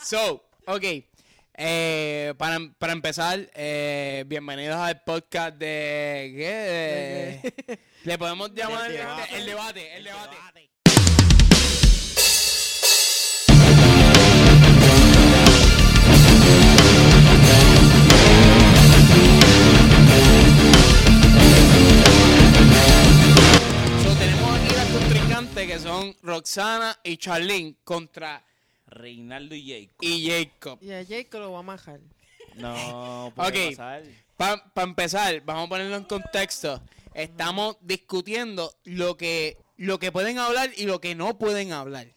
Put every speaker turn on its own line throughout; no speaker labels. So, ok. Eh, para, para empezar, eh, bienvenidos al podcast de. ¿Qué?
¿De qué?
Le podemos llamar
Del
este,
debate.
el debate, el debate. So, tenemos aquí las contrincantes que son Roxana y Charlene contra
Reinaldo y Jake.
y Jacob.
Y a Jake lo va a majar.
No, pues,
Ok.
puede pasar.
Para empezar, vamos a ponerlo en contexto. Estamos discutiendo lo que, lo que pueden hablar y lo que no pueden hablar.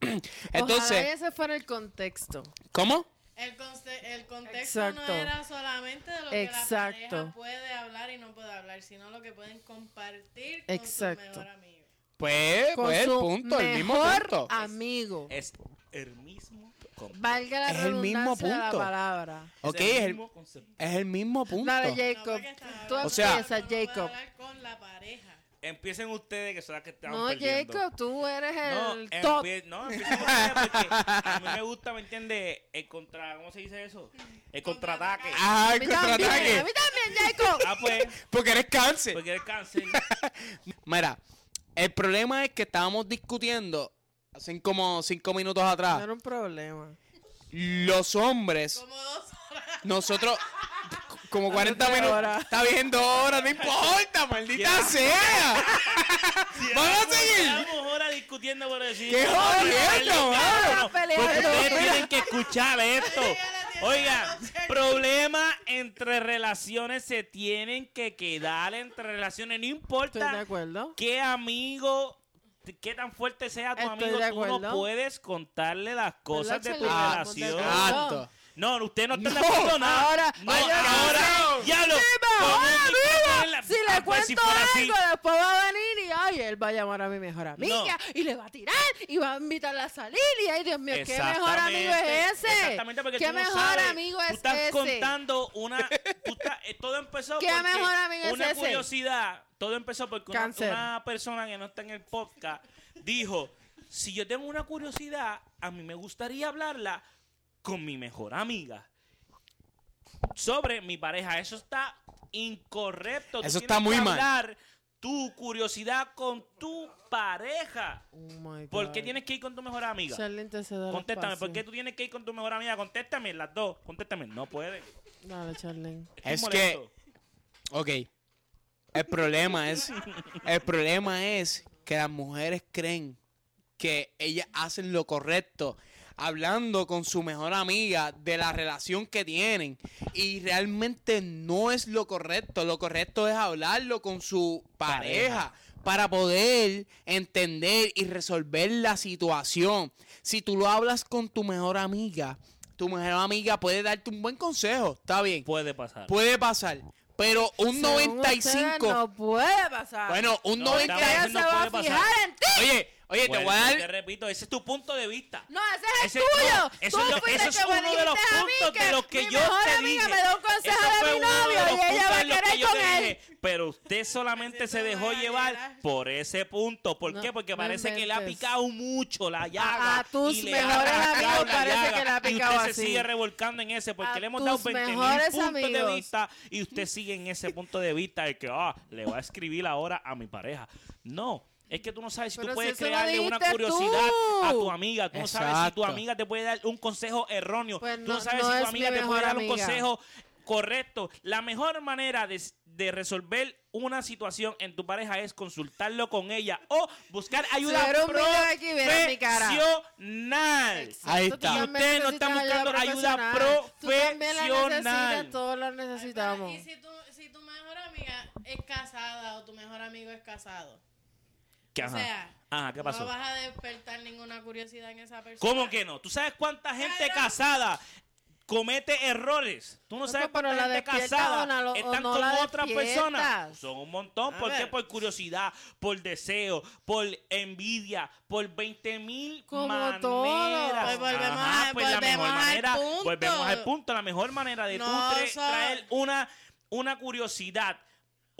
Ojalá
Entonces,
ese fuera el contexto.
¿cómo?
El, conse- el contexto
Exacto.
no era solamente de lo que
Exacto.
la pareja puede hablar y no puede hablar, sino lo que pueden compartir con
Exacto.
su mejor amigo.
Pues,
Con
pues,
su
punto, el mismo
mejor
punto.
amigo.
Es el mismo concepto.
Valga la
Es el
redundancia
mismo
de la
punto.
palabra.
Ok,
es
es
el
el,
mismo concepto.
es el mismo punto.
Dale,
No,
Jacob.
porque están
Tú
hablando
O sea-
de
empiezas,
lo que
Jacob.
puede hablar con la pareja.
Empiecen ustedes, que son las que están
No,
perdiendo.
Jacob, tú eres
No,
el top.
empie- no, empiecen ustedes porque a mí me gusta, ¿me entiendes? El contra... ¿Cómo se dice eso? El contraataque.
Ajá,
A mí también, a
contraataque.
mí también, Jacob.
Ah, pues,
Porque eres cáncer.
porque eres cáncer.
Mira, el problema es que estábamos discutiendo hace como cinco minutos atrás.
No era un problema.
Los hombres,
Como dos horas.
nosotros, c- como 40
tres
minutos.
horas.
Está viendo horas, no importa, maldita
Ya.
sea.
Ah,
Vamos a seguir.
Llevamos horas discutiendo por decir...
¡Qué jodiendo, mano!
Porque
Peleando.
ustedes tienen que escuchar esto. Oigan, problema entre relaciones se tienen que quedar entre relaciones. No
Estoy de
importa
acuerdo.
qué amigo, qué tan fuerte sea tu
Estoy de
amigo, tú no
acuerdo. Pues
puedes contarle las cosas de tu
Charlie?
Ah,
relación.
ah,
Exacto.
No, usted no está
No,
de acuerdo nada.
ahora,
no,
ay,
ahora, ya lo.
Ah, Si
Ah,
le
pues,
cuento algo, después va a venir y ay, él va a llamar a mi mejor amiga y le va a tirar y va a invitarla a salir y ay, Dios mío, qué mejor amigo es ese.
Exactamente, porque
qué
tú no
mejor
sabes.
amigo
Tú
es
estás
ese.
contando una. tú estás- eh, todo empezó
¿Qué
porque
mejor amigo es
una
ese?
curiosidad. Todo empezó porque una,
Cáncer.
una persona que no está en el podcast dijo: Si yo tengo una curiosidad, a mí me gustaría hablarla con mi mejor amiga sobre mi pareja. Eso está incorrecto. Tú
Eso
tienes
está muy
que
mal.
hablar tu curiosidad con tu pareja.
Oh my God.
¿Por qué tienes que ir con tu mejor amiga?
Excelente se da
Contéstame, ¿por qué tú tienes que ir con tu mejor amiga? Contéstame, las dos. Contéstame, no puede.
Dale, Charlene.
Estoy
Es
molesto.
Ok. El problema es. El problema es que las mujeres creen que ellas hacen lo correcto. Hablando con su mejor amiga de la relación que tienen. Y realmente no es lo correcto. Lo correcto es hablarlo con su pareja.
Pareja.
Para poder entender y resolver la situación. Si tú lo hablas con tu mejor amiga, tu mejor amiga puede darte un buen consejo. Está bien.
Puede pasar.
Puede pasar. Pero un
Según ustedes,
95.
No puede pasar.
Bueno, un
No,
90.
estamos-
ella se
no
va a
puede pasar.
fijar en ti.
Oye, oye, te
Vuelvo
voy a
y te
dar.
repito, ese es tu punto de vista.
No, ese es
Ese-
el tuyo.
no, eso
Tú
es lo-
fuiste
eso es
que me
uno de los
dijiste a mí
puntos de lo que
mi
yo
mejor
te
amiga
dije.
me dio un
Eso
consejo
fue
de mi
uno de
novio
los
y ella
puntos
va a
en los que
querer
yo
con
te
él.
dije, Pero usted solamente se dejó llevar por ese punto. ¿Por
No,
qué? Porque
no
parece que le ha
inventes.
picado mucho la llaga.
a tus
y le ha
mejores
rascado
amigos
la
parece
llaga,
que le ha
Y
picado
usted se
así.
sigue revolcando en ese porque
A
le hemos dado
tus
20 mil
mejores
puntos de
amigos.
vista y usted sigue en ese punto de vista de que ah, le voy a escribir ahora a mi pareja. No. Es que tú no sabes si tú
Pero si
puedes
eso lo
crearle una
dijiste
curiosidad
tú.
a tu amiga. Tú no sabes si tu
Exacto.
amiga te puede dar un consejo erróneo.
Pues
tú no
no-
sabes
no
si
es
tu amiga
mi
te puede
mejor
dar un
amiga.
consejo correcto. La mejor manera de, de resolver una situación en tu pareja es consultarlo con ella o buscar ayuda
Ser humilde aquí, verás mi cara.
profesional.
Ahí
Exacto, tú
está.
también
Ustedes no están
necesitas
buscando ayuda
profesional. Tú también la
profesional.
necesitas, todos la
Ay, pero,
necesitamos.
Y si tu, si tu mejor amiga es casada o tu mejor amigo es casado.
¿Qué,
O sea,
Ajá, Ah, ¿qué pasó?
no vas a despertar ninguna curiosidad en esa persona.
¿Cómo que no? ¿Tú sabes cuánta gente
Claro.
casada comete errores? ¿Tú no
Loco,
sabes
pero
cuánta
la
gente
despiertas
casada
o no la- o
están
no
con
la
otras personas?
despiertas?
Son un montón.
A
¿Por qué?
ver.
Por curiosidad, por deseo, por envidia, por 20 mil
Como
maneras.
todo.
Pues volvemos
Ajá,
a-
pues la mejor
volvemos al
manera,
punto.
volvemos al punto. La mejor manera de tú
No,
tra-
son-
traer una, una curiosidad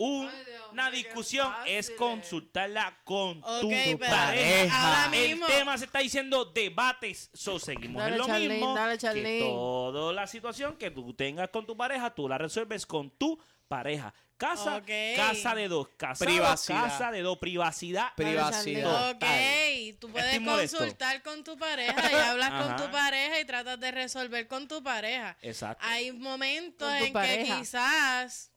Un-
Ay, Dios
una
mío, qué
discusión es
fácil. eh.
consultarla con
Ok,
tu
pero
pareja.
ahora
El
mismo-
tema se está diciendo debates. So, seguimos
Dale,
en lo
Charlene,
mismo.
dale,
que
Charlene.
toda la situación que tú tengas con tu pareja, tú la resuelves con tu pareja. Casa,
Ok.
casa de dos, casa,
Privacidad.
casa de dos, privacidad.
Privacidad.
Ok, tú puedes
Estoy molesto.
consultar con tu pareja y hablas con
Ajá.
tu pareja y tratas de resolver con tu pareja.
Exacto.
Hay momentos
Con tu
en
pareja.
que quizás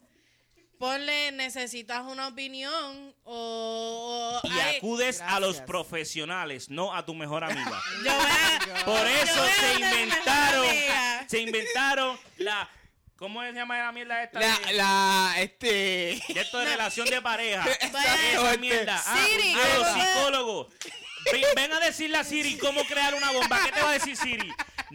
ponle necesitas una opinión o, o-
Y
ay,
acudes a los
Gracias.
profesionales, no a tu mejor amiga.
yo veo-
Por eso
yo veo
se
que es mejor
inventaron,
amiga.
se inventaron la, ¿cómo se llama la mierda esta?
La,
de-
la, este.
de esto de relación de pareja.
Vaya.
Esa mierda. Ah,
Siri,
a los
¿cómo?
psicólogos. Ven, ven a decirle a Siri cómo crear una bomba. ¿Qué te va a decir Siri?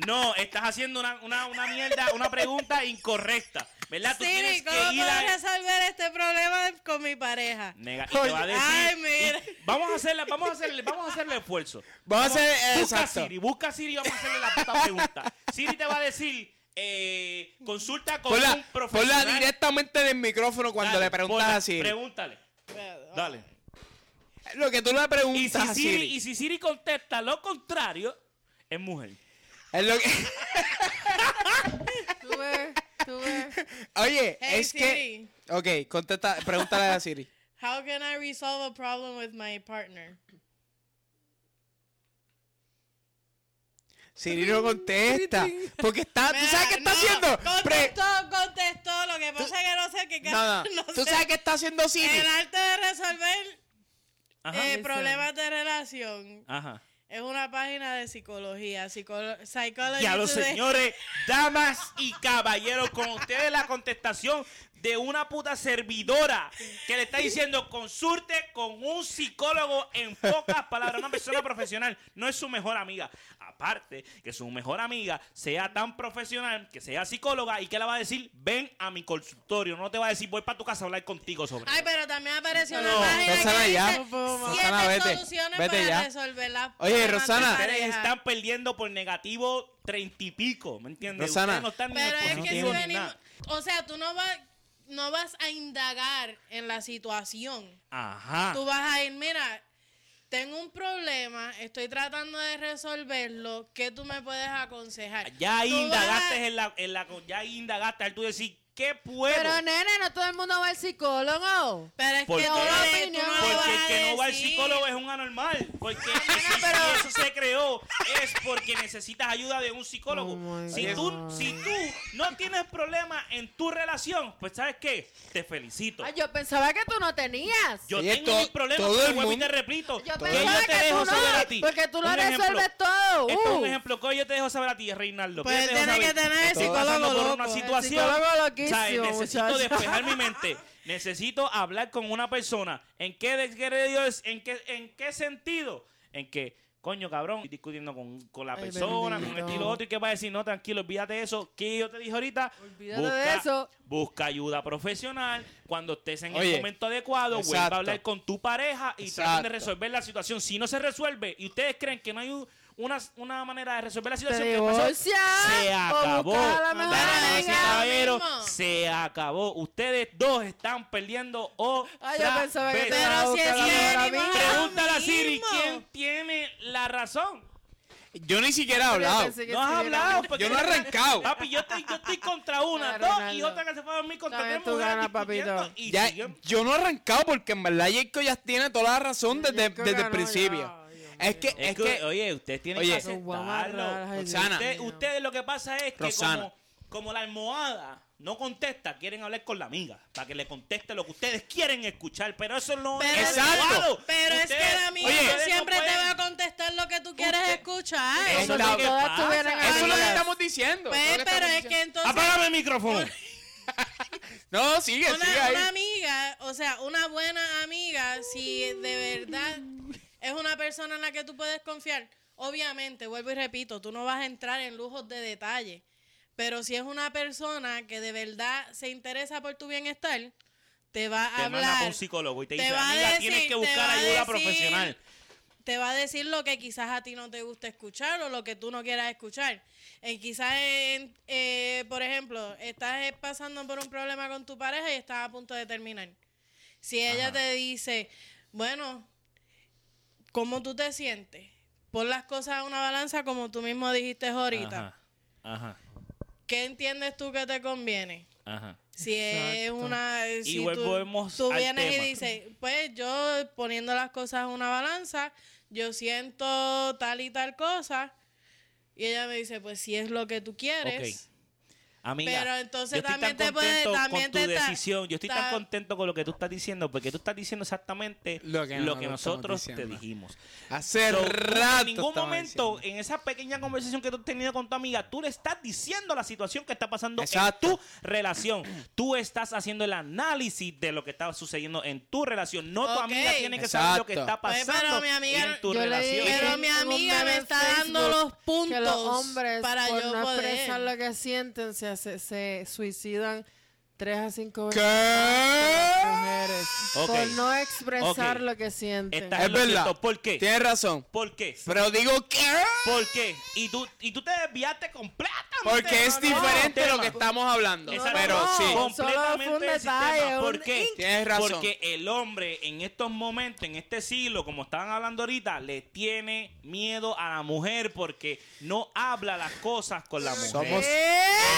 No, estás haciendo una, una, una mierda, una pregunta incorrecta. ¿Verdad? Tú
Siri,
tienes
¿cómo
que ir
puedo
a...
resolver este problema de- con mi pareja?
Nega, y te va a decir...
Ay, mira.
y- Vamos a hacerle, vamos a hacerle, vamos a hacerle esfuerzo.
Vamos a hacer.
Busca a
Exacto.
Siri, busca a Siri y vamos a hacerle la puta pregunta. Siri te va a decir, eh, consulta con un
Ponla,
profesional.
ponla directamente del micrófono cuando
Dale,
le preguntas
ponla,
a Siri.
Pregúntale. Dale.
Lo que tú le
Y
preguntas
si,
a
Siri,
Siri.
y si Siri contesta lo contrario, es mujer.
Es lo que-
Tú ves, tú ves.
Oye,
Hey,
es
Siri.
que. Ok, contesta, pregúntale a Siri.
How can I resolve a problem with my partner?
Siri no contesta. Porque está. Ah, ¿Tú sabes qué está haciendo? Pre-
Contestó, contestó. Lo que pasa es que no sé qué
No, no. ¿Tú
sé.
sabes qué está haciendo Siri?
El arte de resolver
Ajá.
eh,
listen.
problemas de relación
Ajá.
es una página de psicología. Psicolo Psychology
Y a los
Today.
señores, damas y caballeros, con ustedes la contestación de una puta servidora que le está diciendo consulte con un psicólogo en pocas palabras, una persona profesional, no es su mejor amiga. Aparte, que su mejor amiga sea tan profesional, que sea psicóloga y que le va a decir, ven a mi consultorio, no te va a decir, voy para tu casa a hablar contigo sobre
Ay, pero también apareció una
No,
página
Rosana,
que
ya.
dice
No puedo más.
siete
Rosana, vete.
soluciones
Vete
para
ya.
resolver las
Oye,
problemas de
Rosana.
pareja.
Ustedes están perdiendo por negativo treinta y pico, ¿me entiendes?
Rosana.
Ustedes no están ni en
Pero
el
es que si
positivo ni
venimos...
nada.
O sea, tú no vas, no vas a indagar en la situación.
Ajá.
Tú vas a ir, mira, tengo un problema, estoy tratando de resolverlo, ¿qué tú me puedes aconsejar?
Ya
Tú
indagaste
vas-
en la, en la... Ya indagaste al tú decir, ¿qué puedo?
Pero nene, no todo el mundo va al psicólogo.
Pero es
¿Por
que
qué?
no, le- tú
Porque
no le
porque
vas
el
a
que no va al
decir.
psicólogo es un anormal. Porque si- si eso se creó es porque necesitas ayuda de un psicólogo.
Oh my
si, tú,
God.
si tú no tienes problema en tu relación, pues ¿sabes qué? Te felicito.
Ay, yo pensaba que tú no tenías.
Yo
Oye,
tengo
to-
mis problemas,
todo
pero
el
vuelvo y te
mundo-
repito.
Yo
que
pensaba
yo te
que tú
dejo
no,
saber a ti.
porque tú lo
Un ejemplo.
resuelves todo,
Esto es
uh.
un ejemplo que yo te dejo saber a ti, Reinaldo. que
Pues
yo te dejo
tiene que
saber.
tener el
Estoy
psicólogo
pasando por una
loco. El
situación.
psicólogo
o sea,
loquísimo,
necesito
muchacho.
despejar mi mente. Necesito hablar con una persona. ¿En qué desgredio es? ¿En qué, en qué sentido? En que, coño, cabrón, estoy discutiendo con, con la
Ay,
persona, con
bendito.
el estilo otro, y que va a decir, no, tranquilo, olvídate de eso. ¿Qué yo te dije ahorita?
Olvídate de eso.
Busca ayuda profesional. Cuando estés en el
Oye,
momento adecuado, vuelva
exacto.
a hablar con tu pareja y traten
Exacto.
de resolver la situación. Si no se resuelve y ustedes creen que no hay un- una, una manera de resolver la
Te
situación, ¿qué pasó?
divorcia.
se
o
acabó.
buscar a la Ah, mejor
Damas y
amiga.
caballeros,
Lo mismo.
se acabó. Ustedes dos están perdiendo otra
Ay, yo pensaba que
vez.
te ibas a
Pero si
buscar
es
a la mejor
que venimos
amiga.
a-
Pregúntale a Siri
Lo mismo.
quién tiene la razón.
Yo ni siquiera he hablado.
Pensé que
No has
sí, era-
hablado. porque-
Yo no he arrancado.
Papi, yo estoy, yo estoy contra una,
Ay,
dos y
Ronaldo.
otra que se fue a dormir contra
Dame
tres
tu
mujeres
gana, papito.
discutiendo y
Ya,
siguen-
yo no he arrancado porque en verdad Jacob ya tiene toda la razón desde,
Jacob
desde el
ganó
principio.
ya, Dios
Es que,
Es que, oye, ustedes tienen
Oye.
que
Son guamas raras,
aceptarlo.
ay,
Dios Roxana.
Usted-
mío.
ustedes lo que pasa es que
Roxana.
como, como la almohada no contesta, quieren hablar con la amiga para que le conteste lo que ustedes quieren escuchar, pero eso no
Pero,
es
Exacto.
adecuado.
pero es que
Ustedes-
la amiga
ustedes
no
no
siempre te
pueden-
va a contestar lo que tú quieres
Usted-
escuchar.
Eso es lo que
Todas
pasa.
tuvieran
eso es lo que
amigas.
estamos diciendo.
Pues,
eso es lo que
pero
estamos
es que
diciendo.
entonces
Apágame el micrófono.
No, sigue,
una,
sigue ahí.
una amiga, o sea, una buena amiga, si de verdad es una persona en la que tú puedes confiar, obviamente, vuelvo y repito, tú no vas a entrar en lujos de detalle, pero si es una persona que de verdad se interesa por tu bienestar, te va a
Te manda
hablar,
para un psicólogo y te,
Te
dice,
va a
amiga, tienes
decir-
que
te
buscar
va a
ayuda
decir-
profesional.
te va a decir lo que quizás a ti no te gusta escuchar o lo que tú no quieras escuchar. Eh, quizás, en- eh, por ejemplo, estás eh, pasando por un problema con tu pareja y estás a punto de terminar. Si ella
Ajá.
te dice, bueno, ¿cómo tú te sientes? Pon las cosas en una balanza como tú mismo dijiste ahorita.
Ajá,
¿Qué entiendes tú que te conviene?
ajá.
Si es
Exacto.
una... eh, si tú-
volvemos
Tú
al
vienes
tema.
y dices, pues yo poniendo las cosas en una balanza, yo siento tal y tal cosa. Y ella me dice, pues si es lo que tú quieres.
Amiga,
Pero entonces
yo estoy
también
tan
te puede-
contento
también
con
te
tu
está-
decisión. Yo estoy
está-
tan contento con lo que tú estás diciendo, porque tú estás diciendo exactamente
Lo
lo
que nosotros
que,
estamos
nosotros te
diciendo.
dijimos.
Hace
So, tú
rato.
en ningún
estaba
momento,
diciendo.
en esa pequeña conversación que tú has tenido con tu amiga, tú le estás diciendo la situación que está pasando
Exacto.
en tu relación. Tú estás haciendo el análisis de lo que está sucediendo en tu relación. No tu
Ok.
amiga tiene que saber lo que
Exacto.
está
Pues,
pasando
pero mi amiga
en tu
yo le
relación.
dije-
Pero mi
Tengo un
amiga
meme
me
en
está dando
Facebook
los puntos
que los hombres
para
por
yo
no
poder.
expresar lo que sienten se, hace- se suicidan tres a cinco veces
¿Qué?
más que las mujeres
Ok.
por no expresar
Ok.
lo que sienten.
Está-
Es
Lo siento,
verdad.
¿por qué?
Tienes razón.
¿Por qué?
Pero digo que.
¿Por qué? Y tú, y tú te desviaste completamente.
Porque es
del
diferente
tema.
lo que estamos hablando.
No,
Exacto.
Pero
no, no.
sí.
Solo
completamente
fue un
del
detalle,
sistema. ¿Por
un
qué?
inc.
Tienes razón.
Porque el hombre en estos momentos, en este siglo, como estaban hablando ahorita, le tiene miedo a la mujer porque no habla las cosas con la mujer.
Somos-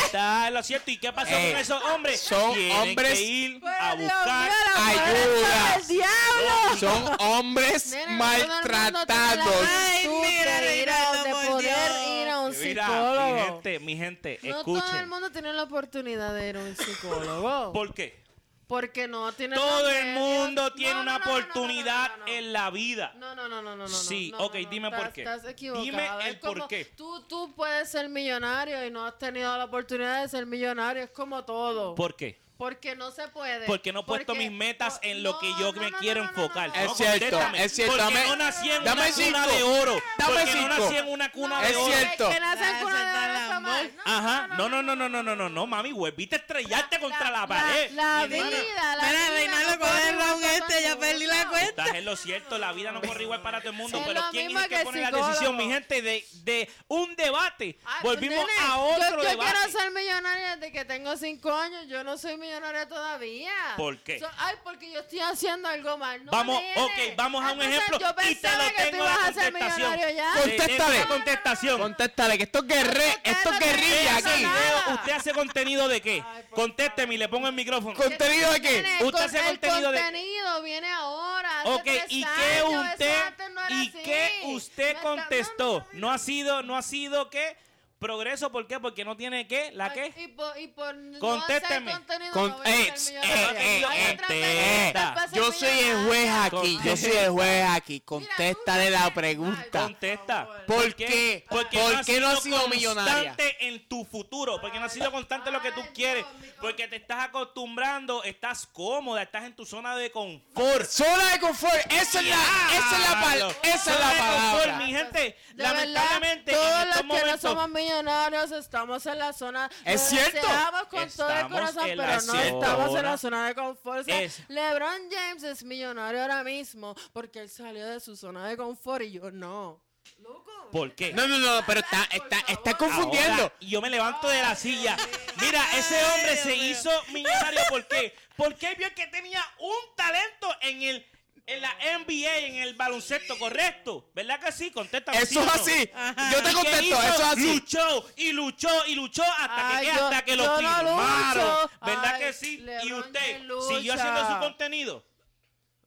Está en lo cierto. ¿Y qué pasó
Eh,
con esos hombres?
son
Tienen
hombres-
que ir
Pues,
a
Dios
buscar.
mío, la mujer
ayuda.
está del diablo!
Son hombres
Nena, no todo el mundo tiene la
maltratados.
Ay,
actitud
mira,
de ir
Reinaldo,
a- de
por
poder
Dios.
ir a un
Mira,
psicólogo.
mi gente, mi gente,
no todo el
escuchen.
mundo tiene la oportunidad de ir a un psicólogo.
¿Por qué?
porque no tiene
Todo
los
el
medios.
mundo tiene
No, no,
una
no, no, no, no,
oportunidad
no, no, no.
en la vida.
No, no, no, no, no, no.
Sí,
no, no,
ok,
no, no,
dime
estás-
por qué.
Estás equivocado.
Dime
Es
el por
como
qué.
Tú, tú puedes ser millonario y no has tenido la oportunidad de ser millonario. Es como todo.
¿Por qué?
porque no se puede.
Porque no he puesto mis metas en lo que yo me quiero enfocar.
Es
No,
cierto,
contéstame.
es cierto.
Porque
Dame-
no nací en
dame
una cuna
cinco.
de oro.
Dame
Porque
cinco.
no nací en una cuna de
Es
oro.
cierto.
Que nacen con
Gracias
una
al
está mal.
amor.
No,
Ajá. No, no, no, no, no, no, no, no, mami, vuelviste a estrellarte contra la, pared.
La, la
Mi
vida,
hermana.
la
Mira,
vida.
Reinaldo,
no puede
con el
igual
round
para todo
este,
el
ya
mundo.
perdí la cuenta.
Estás en lo cierto, la vida no corre igual para todo el mundo,
Es
pero
lo
¿quién es
mismo
el que,
que
pone la
psicólogo.
decisión, mi gente? De, de un debate,
Ah,
volvimos
nene,
a
yo-
otro
yo,
debate.
quiero ser millonaria desde que tengo cinco años. Yo no soy millonaria todavía.
¿Por qué?
ay, porque yo estoy haciendo algo mal. No,
vamos,
nene.
ok, vamos a un
Entonces,
ejemplo y
Yo
te
pensaba
lo
que tú
tengo la
ibas a ser
contestación.
millonario ya.
Te tengo
Contéstale.
la contestación.
Contéstale que esto es guerre- esto es guerrilla
Ese
aquí.
video, ¿Usted hace contenido de qué?
Ay, por
Contésteme y le pongo el micrófono.
Con- ¿Contenido de qué?
Nene,
Usted
con-
hace
el
contenido de-
contenido viene ahora. hace
Ok,
tres
¿y qué
años, eso
usted,
antes no era
y
así.
qué
Me
usted
está- no, no,
contestó?
no, no,
No ha sido, no ha sido qué progreso, ¿por qué? Porque no tiene qué, la
Ay,
qué.
Y por, y por no
Contésteme.
hacer contenido
Con-
no voy a
eh,
ser
eh,
millonaria. Hay
eh,
otras
eh,
maneras para ser
Yo soy el juez
millonaria.
aquí. Yo soy el juez aquí. Contéstale la pregunta.
Contesta.
¿Por qué?
Porque
¿Por
no has
qué no has
sido
sido millonaria?
constante en tu futuro, porque no has sido constante en lo que tú
Ay,
quieres,
Dios mío.
porque te estás acostumbrando, estás cómoda, estás en tu zona de confort.
Por zona de confort. Esa es la, esa es la, pal- esa es la
Zona de confort,
palabra.
mi gente,
De
lamentablemente en
verdad, todos
estos
los que no
momentos
somos millonarios estamos en la zona.
Es
lo
cierto.
deseamos con todo el
Estamos
corazón,
en la
pero no
zona.
estamos en la zona de confort. O sea,
Es-
LeBron James es millonario ahora mismo porque él salió de su zona de confort y yo no. Loco.
¿Por qué?
No, no, no, pero está, está, está confundiendo.
Ahora, y yo me levanto de la silla. Mira, ese hombre se hizo millonario. ¿Por qué? Porque vio que tenía un talento en el en la NBA, en el baloncesto, correcto. ¿Verdad que sí? Contéstame. ¿sí
Eso
o
es
no?
así.
Ajá.
Yo te
¿Y qué
contesto,
hizo?
eso es así.
Luchó y luchó y luchó hasta
Ay,
que,
yo-
hasta que lo
yo no
firmaron.
lucho.
¿Verdad
Ay,
que sí? Y
LeBron
usted
James
siguió
lucha.
haciendo su contenido.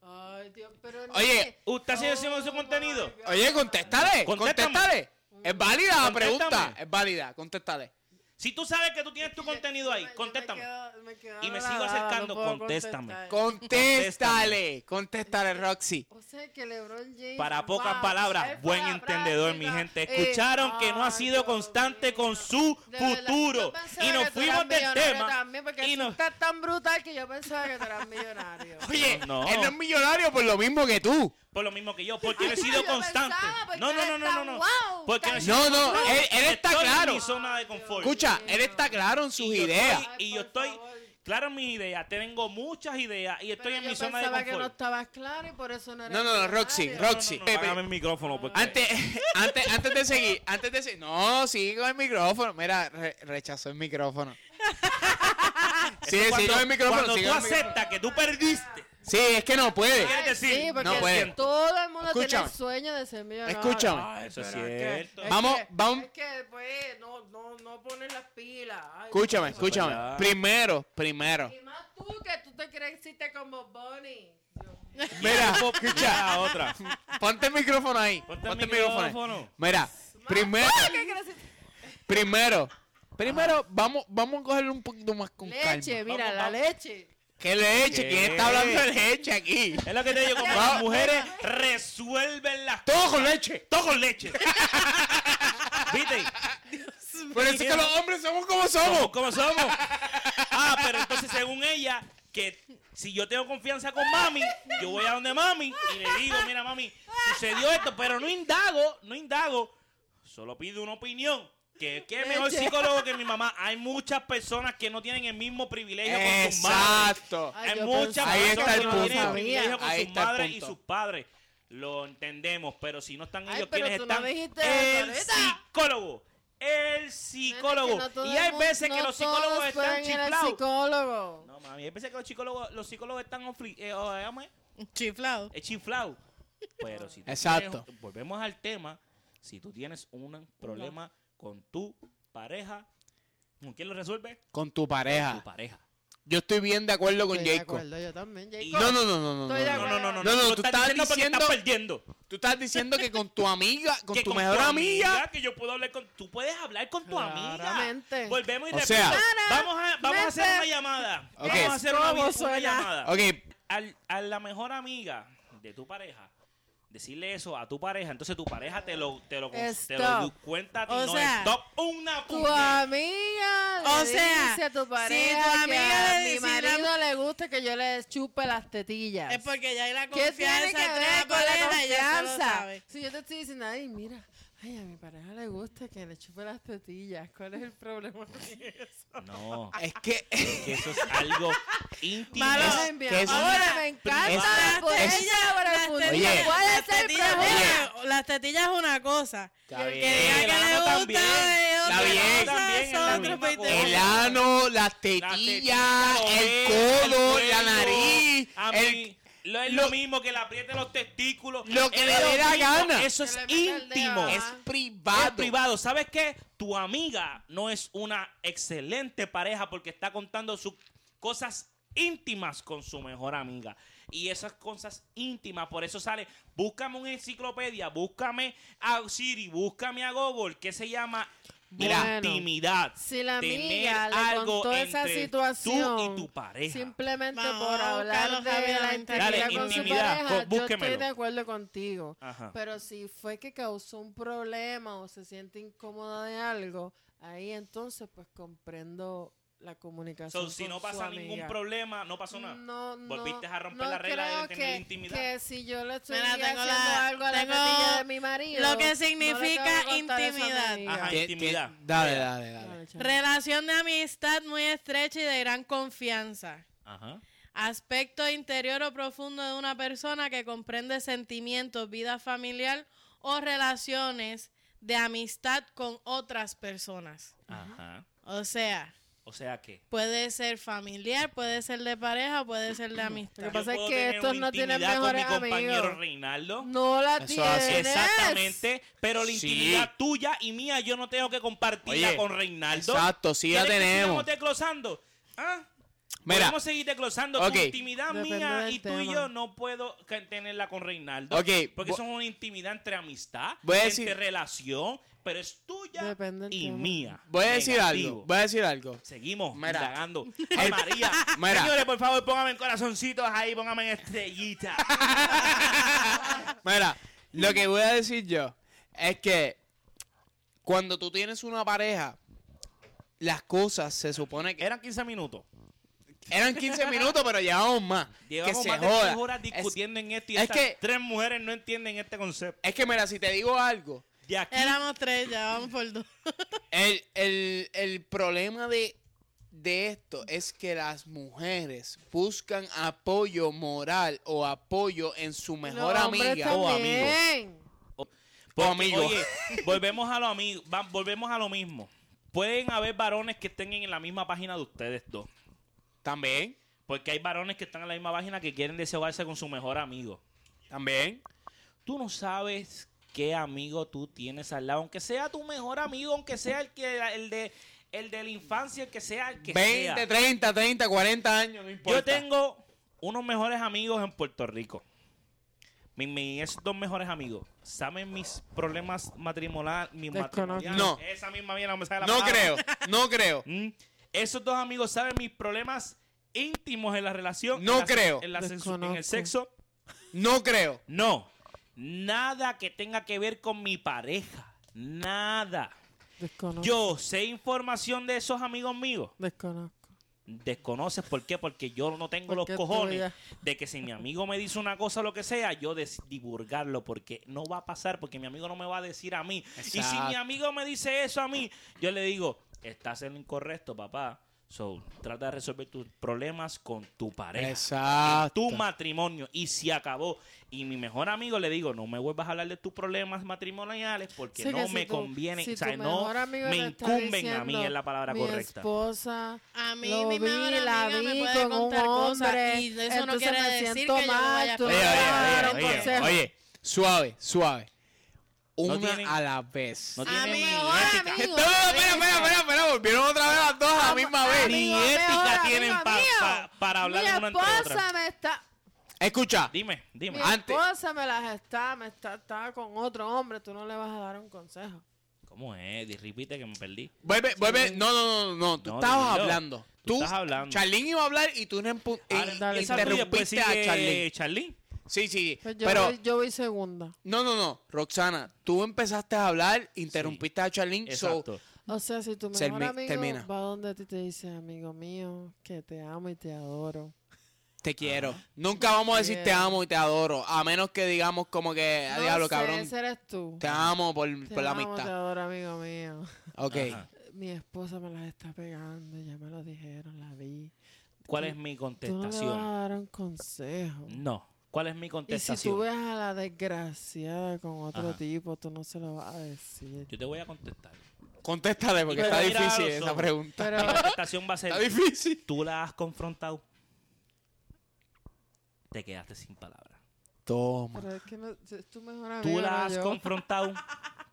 Ay, Dios, pero no.
Oye,
¿Usted siguió
Oh,
haciendo su
my
contenido?
God.
Oye, contéstale,
Contéstame.
contéstale. Es válida la pregunta,
Contéstame.
es válida, contéstale.
Si tú sabes que tú tienes tu contenido ahí,
Yo me
contéstame.
quedo- me quedo
Y me
grabada,
sigo acercando,
no puedo
contéstame.
contestar.
Contéstale, contéstale, Roxy.
O sea que LeBron James.
Para pocas
wow, él
palabras,
fue
buen
a la
entendedor, mi
práctica.
gente.
Eh,
Escucharon que no ha
ay,
sido
Dios
constante
mío.
con su
De verdad, yo
futuro.
pensaba
Y nos
que tú
fuimos
eras
del
millonario
tema.
también, porque
Y
tú
nos...
estás tan brutal que yo pensaba que tú eras millonario.
Oye,
No, no.
él no es millonario por lo mismo que tú.
Por lo mismo que yo, porque no he
Ay,
sido
yo
constante.
pensaba, porque
No, no, no, no,
eres
no.
tan
no.
guau,
Porque
tan
he sido
No, no,
constante.
él, él está
Estoy En
claro.
mi zona de confort.
Escucha, él está claro en
Y
sus
yo
ideas.
estoy- Y
Ay,
yo
por
estoy
favor.
claro en mis ideas. Tengo muchas ideas y estoy
Pero
en
yo
mi zona de
pensaba que no
confort.
estabas claro y por eso no eres
No, no, no,
millonario.
Roxy,
No,
Roxy. Pepe.
apágame el micrófono. porque-
Antes, antes, antes de seguir, antes de seguir. No, sigue con el micrófono. Mira, re- rechazó el micrófono. Sí,
Cuando-
sigue con el micrófono.
Cuando
sigue
tú
con el micrófono.
aceptas que tú perdiste.
Sí, es que no puede.
Quiere decir,
sí, porque
no puede.
todo el mundo tiene
Escúchame.
el sueño de ser millonario.
Escúchame.
Ah, eso es
Pero es
cierto.
Es
Vamos,
que-
vamos.
Es que, pues, no, no, no pones las pilas. Ay,
Escúchame,
Dios.
escúchame.
verdad.
Primero, primero.
Y más tú, que tú te crees que hiciste como Bonnie.
Mira,
Mira, otra.
ponte el micrófono ahí.
Ponte el micrófono.
Mira, primero,
Ah, ¿Qué crees?
primero, primero, vamos, vamos a cogerlo un poquito más con
Leche,
calma.
mira,
Vamos,
la
vamos.
leche.
¿Qué leche?
¿Qué?
¿Quién está hablando de leche aquí?
Es lo que te digo, como
Va-
las mujeres resuelven las
Todo con leche.
todo con leche. ¿Viste?
Por eso es que los hombres somos como somos.
¿Cómo somos? Ah, pero entonces según ella, que si yo tengo confianza con mami, yo voy a donde mami y le digo, mira mami, sucedió esto, pero no indago, no indago, solo pido una opinión. Que que mejor
Leche.
psicólogo que mi mamá. Hay muchas personas que no tienen el mismo privilegio con sus madres.
Exacto.
Ay,
Hay
yo
muchas
pensaba
Ahí está
personas
el
que no tienen
punto.
privilegio con
Ahí
sus
está el
madres y
punto.
sus padres. Lo entendemos, pero si no están
Ay,
ellos
pero
quienes
tú no
están.
dijiste eso
el
ahorita.
psicólogo. El psicólogo.
Nene, que no todo
y hay
el mundo-
veces que
no
los psicólogos
todos
están
pueden ir al
chiflados.
psicólogo.
No, mami, hay veces que los psicólogos, los psicólogos están ofli- eh, oh, eh, ¿cómo es?
Chiflado.
Eh, chiflados. Pero si tú
Exacto.
tienes- volvemos al tema. Si tú tienes un problema con tu pareja, ¿con quién lo resuelve?
Con tu
Tu
pareja.
pareja.
Yo estoy bien de acuerdo con
Estoy de
Jacob.
acuerdo, yo también, Jacob.
No, no, no, no, no.
Estoy de
no, no.
No, no, no, no.
No, no, tú estás
porque
diciendo-
estás perdiendo.
Tú estás diciendo que con tu amiga, con
que
tu mejor amiga.
que yo puedo hablar con tú puedes hablar con tu
Claramente.
amiga volvemos y
O
repito
sea-
vamos a vamos a hacer
Claramente.
una llamada
Ok.
vamos a hacer una,
¿Cómo
una
suena?
llamada
Ok,
Al- a la mejor amiga de tu pareja decirle eso a tu pareja entonces tu pareja te lo te lo te lo
Stop.
du- cuenta a ti,
O
no
sea,
stop una
Tu
puñeta.
amiga
O
le
sea,
dice a tu
si tu
pareja que
amiga
a
le
mi
dice la-
marido le gusta que yo le chupe las tetillas.
Es porque ya hay la
¿Qué
confianza
tiene que
entre la
ver con la
pareja y ya se lo
confianza?
sabe.
Si yo te estoy diciendo, ay, mira, ay, a mi pareja le gusta que le chupe las tetillas. ¿Cuál es el problema con eso?
no
es que
que eso es algo íntimo
Malo.
Es-
Ay, mi
que es-
amor,
Ahora,
me encanta
es-
por
es-
ella, por el
Las
futuro.
tetillas,
Oye.
¿Cuál
las
es el
tetillas
problema?
es una- las tetillas es una cosa.
Está
Que
bien.
diga
El
que le
ano
gusta
también.
es
Está
otra
bien.
cosa,
También es
son
la
otros
misma
20
cosa.
el
mil.
ano, las
tetilla,
tetillas,
los
el
dedos,
codo,
el
la
cuello,
nariz,
a
el
mí, lo, es lo,
lo-
mismo que le apriete los testículos.
lo que
es
le
lo
dé la
mismo,
gana.
Eso
Que
es
le meta el dedo,
íntimo.
ajá.
es
Ah.
privado.
Es privado. ¿Sabes qué? Tu amiga no es una excelente pareja porque está contando sus cosas íntimas con su mejor amiga. Y esas cosas íntimas, por eso sale, búscame una enciclopedia, búscame a Siri, búscame a Google, que se llama
Mira.
intimidad.
Si la
Tener
amiga le
algo
contó esa
entre
situación
Tú y tu pareja.
simplemente
Vamos
por
a
hablar
buscarlo
de la
rápidamente.
intimidad
Dale,
con
intimidad,
su
co-
pareja, yo estoy
búsquemelo. Ah.
de acuerdo contigo.
Ajá.
Pero si fue que causó un problema o se siente incómoda de algo, ahí entonces pues comprendo la comunicación.
So, si
con
no
su
pasa
amiga.
ningún problema, no pasó nada.
No, no,
Volviste a romper
no
la regla de
creo
tener
que-
intimidad.
Que si yo le estoy
Mira,
haciendo
tengo la-
algo a la
tengo
tetilla de mi marido.
lo que significa
no le tengo que contar eso a mi
intimidad.
amiga.
Ajá.
Te- te-
Ah, Intimidad.
dale, dale, dale.
Dale, chamo.
Relación de amistad muy estrecha y de gran confianza.
Ajá.
Aspecto interior o profundo de una persona que comprende sentimientos, vida familiar o relaciones de amistad con otras personas.
Ajá.
O sea,
O sea que.
puede ser familiar, puede ser de pareja, puede ser de
Lo que
amistad.
pasa es
puedo
que
tener
estos
una
no tienen
intimidad
mejores
con mi compañero
amigos.
Reinaldo.
No la
Eso hace-
tienes.
Exactamente, pero la
Sí.
intimidad tuya y mía yo no tengo que compartirla
Oye,
con Reinaldo.
Exacto, sí ya
¿Quieres que
tenemos.
sigamos desglosando? ¿Ah?
Mira.
Podemos seguir desglosando.
Ok.
Tu intimidad
Depende
mía
del
y tú y
tema.
yo no puedo que- tenerla con Reinaldo.
Ok,
Porque
vo-
eso es una intimidad entre amistad,
Voy a
entre
decir-
relación, pero es tuya
Depende del
y
tema.
mía.
Voy a decir
Negativo.
algo, voy a decir algo.
Seguimos
Mira.
indagando. Ay, María.
Mira.
Señores, por favor, pónganme en corazoncitos ahí, pónganme en estrellita.
Mira, lo que voy a decir yo es que cuando tú tienes una pareja, las cosas se supone que
Eran 15 minutos.
eran 15 minutos, pero llevamos más.
Llevamos
que
más
se
de tres
joda.
horas
Es,
discutiendo en esto y
es
estas
que-
tres mujeres no entienden este concepto.
es que mira, si te digo algo,
Y aquí
Éramos tres, ya vamos por dos.
el, el- el problema de, de esto es que las mujeres buscan apoyo moral o apoyo en su mejor
Los hombres
amiga Oh, o amigo.
también.
O
Porque,
amigo.
Oye, volvemos a lo amigo, va- volvemos a lo mismo. Pueden haber varones que estén en la misma página de ustedes dos.
También.
Porque hay varones que están en la misma página que quieren desahogarse con su mejor amigo.
También.
Tú no sabes qué amigo tú tienes al lado, aunque sea tu mejor amigo, aunque sea el que el de el de la infancia, el que sea el que
20,
sea.
30, 30, 40 años, no importa.
Yo tengo unos mejores amigos en Puerto Rico. Mis, mis dos mejores amigos. ¿Saben mis problemas matrimoniales? Mis
Desconozco.
matrimoniales?
No.
Esa misma mierda no me sale la
No
palabra.
creo, no creo.
Mm. Esos dos amigos saben mis problemas íntimos en la relación.
No
en la-
creo.
En, la sensu- en
Desconozco.
el sexo.
No creo.
No. Nada que tenga que ver con mi pareja. Nada.
Desconozco.
Yo sé información de esos amigos míos.
Desconozco.
Desconoces por qué, porque yo no tengo
Porque
los
tú
cojones
ya-
de que si mi amigo me dice una cosa o lo que sea, yo des- divulgarlo, porque no va a pasar, porque mi amigo no me va a decir a mí. Y si mi
Exacto.
amigo me dice eso a mí, yo le digo, estás en lo incorrecto, papá. So, trata de resolver tus problemas con tu pareja.
Exacto.
Tu matrimonio y se acabó. Y mi mejor amigo le digo, no me vuelvas a hablar de tus problemas matrimoniales porque
Sí, que
no
si
me
tu-
conviene,
si
o sea,
tu
no
mejor amigo
me
te está
incumben a mí
diciendo,
es la palabra
mi
correcta.
esposa.
A mí
lo
mi
vi,
mejor
la
amiga me
vi
puede
con un
contar cosas
hombre.
y eso no
entonces
quiere
me
decir
siento
que yo le
mal,
vaya a
tú no
Oye,
Vamos
me vas a
oye,
dar
oye,
un
oye,
consejo.
oye, suave, suave. Una
tienen-
a la vez.
No
No,
A
tiene
mi
ni
mejor
ética.
amigo.
espera, espera, espera, espera, volvieron otra vez las dos a la misma vez.
Ni
Amigo
ética
mejor,
tienen
amigo
pa-
mío.
pa- para hablar
Mi
de una entre otra.
esposa me está...
Escucha,
Dime, dime.
Mi
Ah, Antes-
esposa me las está, me está, está con otro hombre, tú no le vas a dar un consejo.
¿Cómo es? Di- Repite que me perdí.
vuelve, vuelve. No, no, no, no, tú
No,
estabas
dilo.
hablando.
Tú estás hablando.
Charlín iba a hablar y tú no empu-
Ahora,
y-
dale,
esa tuya, pues,
interrumpiste
sigue
a Charlín.
Charlín.
Sí, sí,
Pues yo,
pero
voy, yo voy segunda.
no, no, no, Roxana, tú empezaste a hablar, interrumpiste a Charlín, so,
Exacto.
O sea, si tu mejor
Termi-
amigo
termina.
va donde ti y te dice, amigo mío, que te amo y te adoro.
te quiero. Nunca vamos a decir te
quiero.
amo y te adoro, a menos que digamos como que, Eh, a
No
diablo,
sé,
cabrón,
Ese eres tú.
te amo por,
Te
por la
amo, Te
amistad.
adoro, amigo mío.
Ok.
Ajá.
Mi esposa me las está pegando, ya me lo dijeron, la vi.
¿Cuál es mi
Tú no le vas
contestación?
a dar un consejo.
No. ¿Cuál es mi
Y si tú
contestación?
ves a la desgraciada con otro
Ajá.
tipo, tú no se lo vas a decir.
Yo te voy a contestar.
Contéstale porque
Y
está
te mira a
difícil
los
esa
ojos.
pregunta.
Pero
Mi contestación va a ser,
Está difícil.
tú la has confrontado. Te quedaste sin palabras.
Toma.
Pero es que no, es tu mejor amigo.
Tú la
no
has
Ah, yo.
confrontado.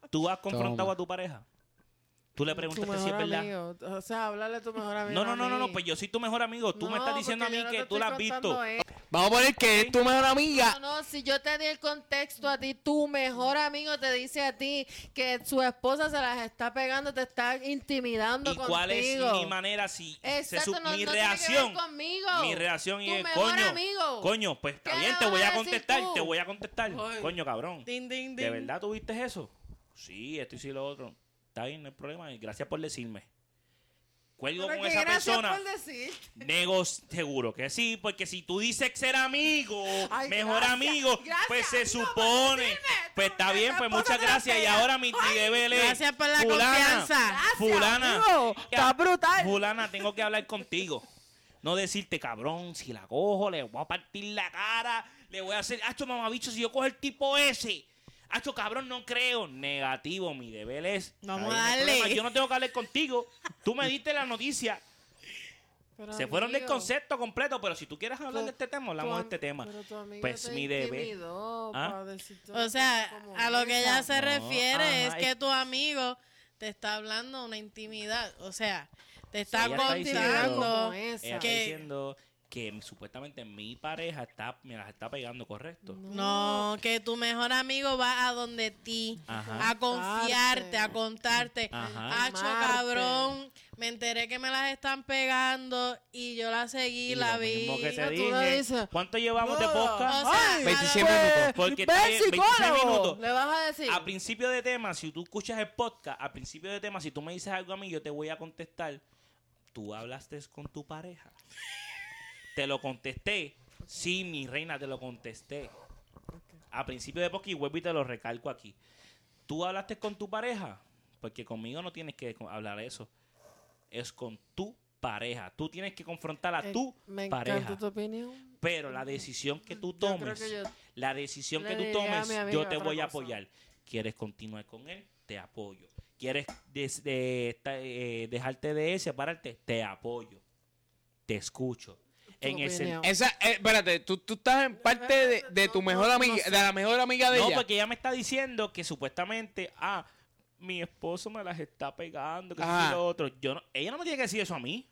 Tú has confrontado
Toma.
a tu pareja. Tú le
Tu
preguntaste si es
mejor
verdad.
amigo. O sea, háblale a tu mejor amigo.
No, no, no, no,
a
no,
mí.
pues yo soy tu mejor amigo. Tú me
No,
estás diciendo a
porque
mí
yo no te
que tú
estoy
la has
contando
visto.
eso.
Vamos a poner que es tu mejor amiga.
No, no, si yo te di el contexto a ti, tu mejor amigo te dice a ti que su esposa se las está pegando, te está intimidando
¿Y cuál es
contigo.
mi manera si se
Exacto,
su-
no,
mi
no
reacción?
tiene que ver conmigo.
mi reacción
Tu
es,
mejor
coño,
amigo.
coño, pues está
¿Qué
bien,
le
te
vas
voy a
a decir
contestar,
tú?
te voy a contestar.
Ay.
Coño, cabrón.
Ding, ding,
¿De
ding.
verdad tuviste eso? Sí, esto y sí lo otro. Está bien, no hay problema. y Gracias por decirme. Cuelgo
Pero
con
que
esa
gracias
persona.
por decir.
Negos, seguro que sí, porque si tú dices ser amigo,
Ay,
mejor
gracias,
amigo,
gracias,
pues se
amigo, por
supone.
decirme,
pues
tú
está
me
bien,
estás
pues muchas
poniendo la
gracias. Y
pega.
ahora mi deber es.
Gracias por la
fulana,
confianza.
Fulana,
amigo, está brutal.
Fulana, tengo que hablar contigo. No decirte, cabrón, si la cojo, le voy a partir la cara, le voy a hacer, hacho mamabicho, si yo cojo el tipo ese. Hacho, cabrón, no creo. Negativo, mi deber es.
Vamos
está bien, no
a
hay
darle.
problema, Yo no tengo que hablar contigo. Tú me diste la noticia.
Pero,
Se fueron del
amigo,
concepto completo, pero si tú quieres hablar
tu-
de este tema,
tu
hablamos de
am-
este tema.
pero tu amigo
Pues
te
mi deber.
intimidó
¿Ah?
para decirte una
O sea,
cosa como
a lo
esa.
que ella se
No,
refiere es
ajá,
que
es-
tu amigo te está hablando una intimidad. O sea, te está
Ella está
Intimidad
diciendo-
contando.
como esa.
Ella está
que-
diciendo que supuestamente mi pareja está, me las está pegando, ¿correcto?
No, que tu mejor amigo va a donde ti,
Ajá.
a confiarte, a
Contarte.
contarte.
Ajá.
Hacho,
Amarte.
cabrón, me enteré que me las están pegando y yo la seguí,
Y
la
lo
vi.
mismo que te
Tú
dije,
le dices,
¿Cuánto llevamos de
No,
podcast?
O sea,
26
a lo-
minutos.
Porque
ve
tiene
al
26
psicólogo,
minutos.
Le vas a decir.
A principio de tema, si tú escuchas el podcast, a principio de tema, si tú me dices algo a mí, yo te voy a contestar. Tú hablaste con tu pareja. te lo contesté. Sí, mi reina, te lo contesté. A principio de podcast, y vuelvo y te lo recalco aquí. Tú hablaste con tu pareja, porque conmigo no tienes que co- hablar eso. Es con tu pareja. Tú tienes que confrontar a
Eh,
tu
Me
pareja.
encanta tu opinión.
Pero la decisión que tú
Yo creo
tomes,
que yo
la decisión
le
que tú
diría a
tomes,
mi amiga
yo te
otra
voy a
cosa.
apoyar. ¿Quieres continuar con él? Te apoyo. ¿Quieres des- de- esta- eh, dejarte de él, separarte? Te apoyo. Te escucho. en ese.
opinión.
Esa, eh, espérate, tú, tú estás en parte de, de tu mejor amiga, de la mejor amiga de
No,
ella.
porque ella me está diciendo que supuestamente, ah, mi esposo me las está pegando, que
Ajá.
sí, lo otro. Yo no- ella no me tiene que decir eso a mí.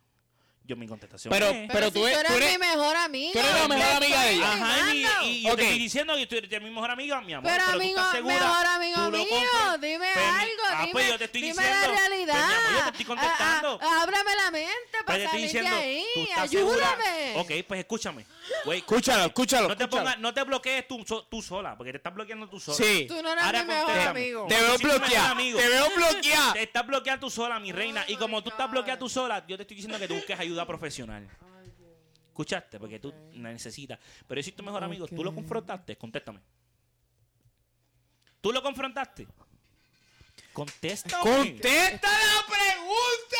Yo mi contestación.
Pero-
es-
pero
si
tú eres- tú eres-
mi mejor amiga.
tú eres la
¿qué
mejor amiga de ella.
estoy
Ajá, y,
negando?
y yo
Ok.
te estoy diciendo que tú eres de mi mejor amiga, mi amor.
Pero,
Pero,
amigo,
tú estás segura.
mejor amigo
Tú lo
mío,
compras.
dime
Pues, mi-
algo,
Ah,
dime,
pues yo te estoy
dime
diciendo.
la realidad.
Pues, mi amor, yo te estoy contestando.
Ah, ah, ábrame la mente
Pues,
para
yo
salir
estoy diciendo,
de
tú
ahí,
estás segura.
ayúdame.
Ok, pues escúchame. Güey,
Escúchalo, escúchalo.
no te,
escúchalo.
pongas, no te bloquees tú, so- tú sola, porque te estás bloqueando tú sola.
Sí.
Tú no eres
Ahora
mi mejor
contéstame.
amigo.
Te veo
Sí, mejor
bloqueada.
amigo.
Te veo bloqueada.
Te estás bloqueando tú sola, mi reina. y
my
como tú estás
God.
bloqueada tú sola, yo te estoy diciendo que tú busques ayuda profesional. ¿Escuchaste? Porque tú la necesitas. Pero si tu mejor amigo, ¿tú lo confrontaste? Contéstame. ¿Tú lo confrontaste? Contéstame.
¡Contesta la pregunta!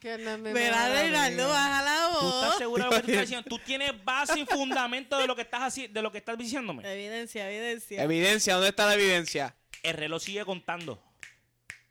Que no es mi
Verá,
mejor
Reinaldo,
amiga.
baja la
¿Tú estás
voz.
seguro de lo que tú estás diciendo? ¿Tú tienes base y fundamento de lo que estás, haci- de lo que estás
Eh.
diciéndome?
Evidencia,
Eh,
evidencia.
Evidencia, ¿dónde está la evidencia?
El reloj sigue contando.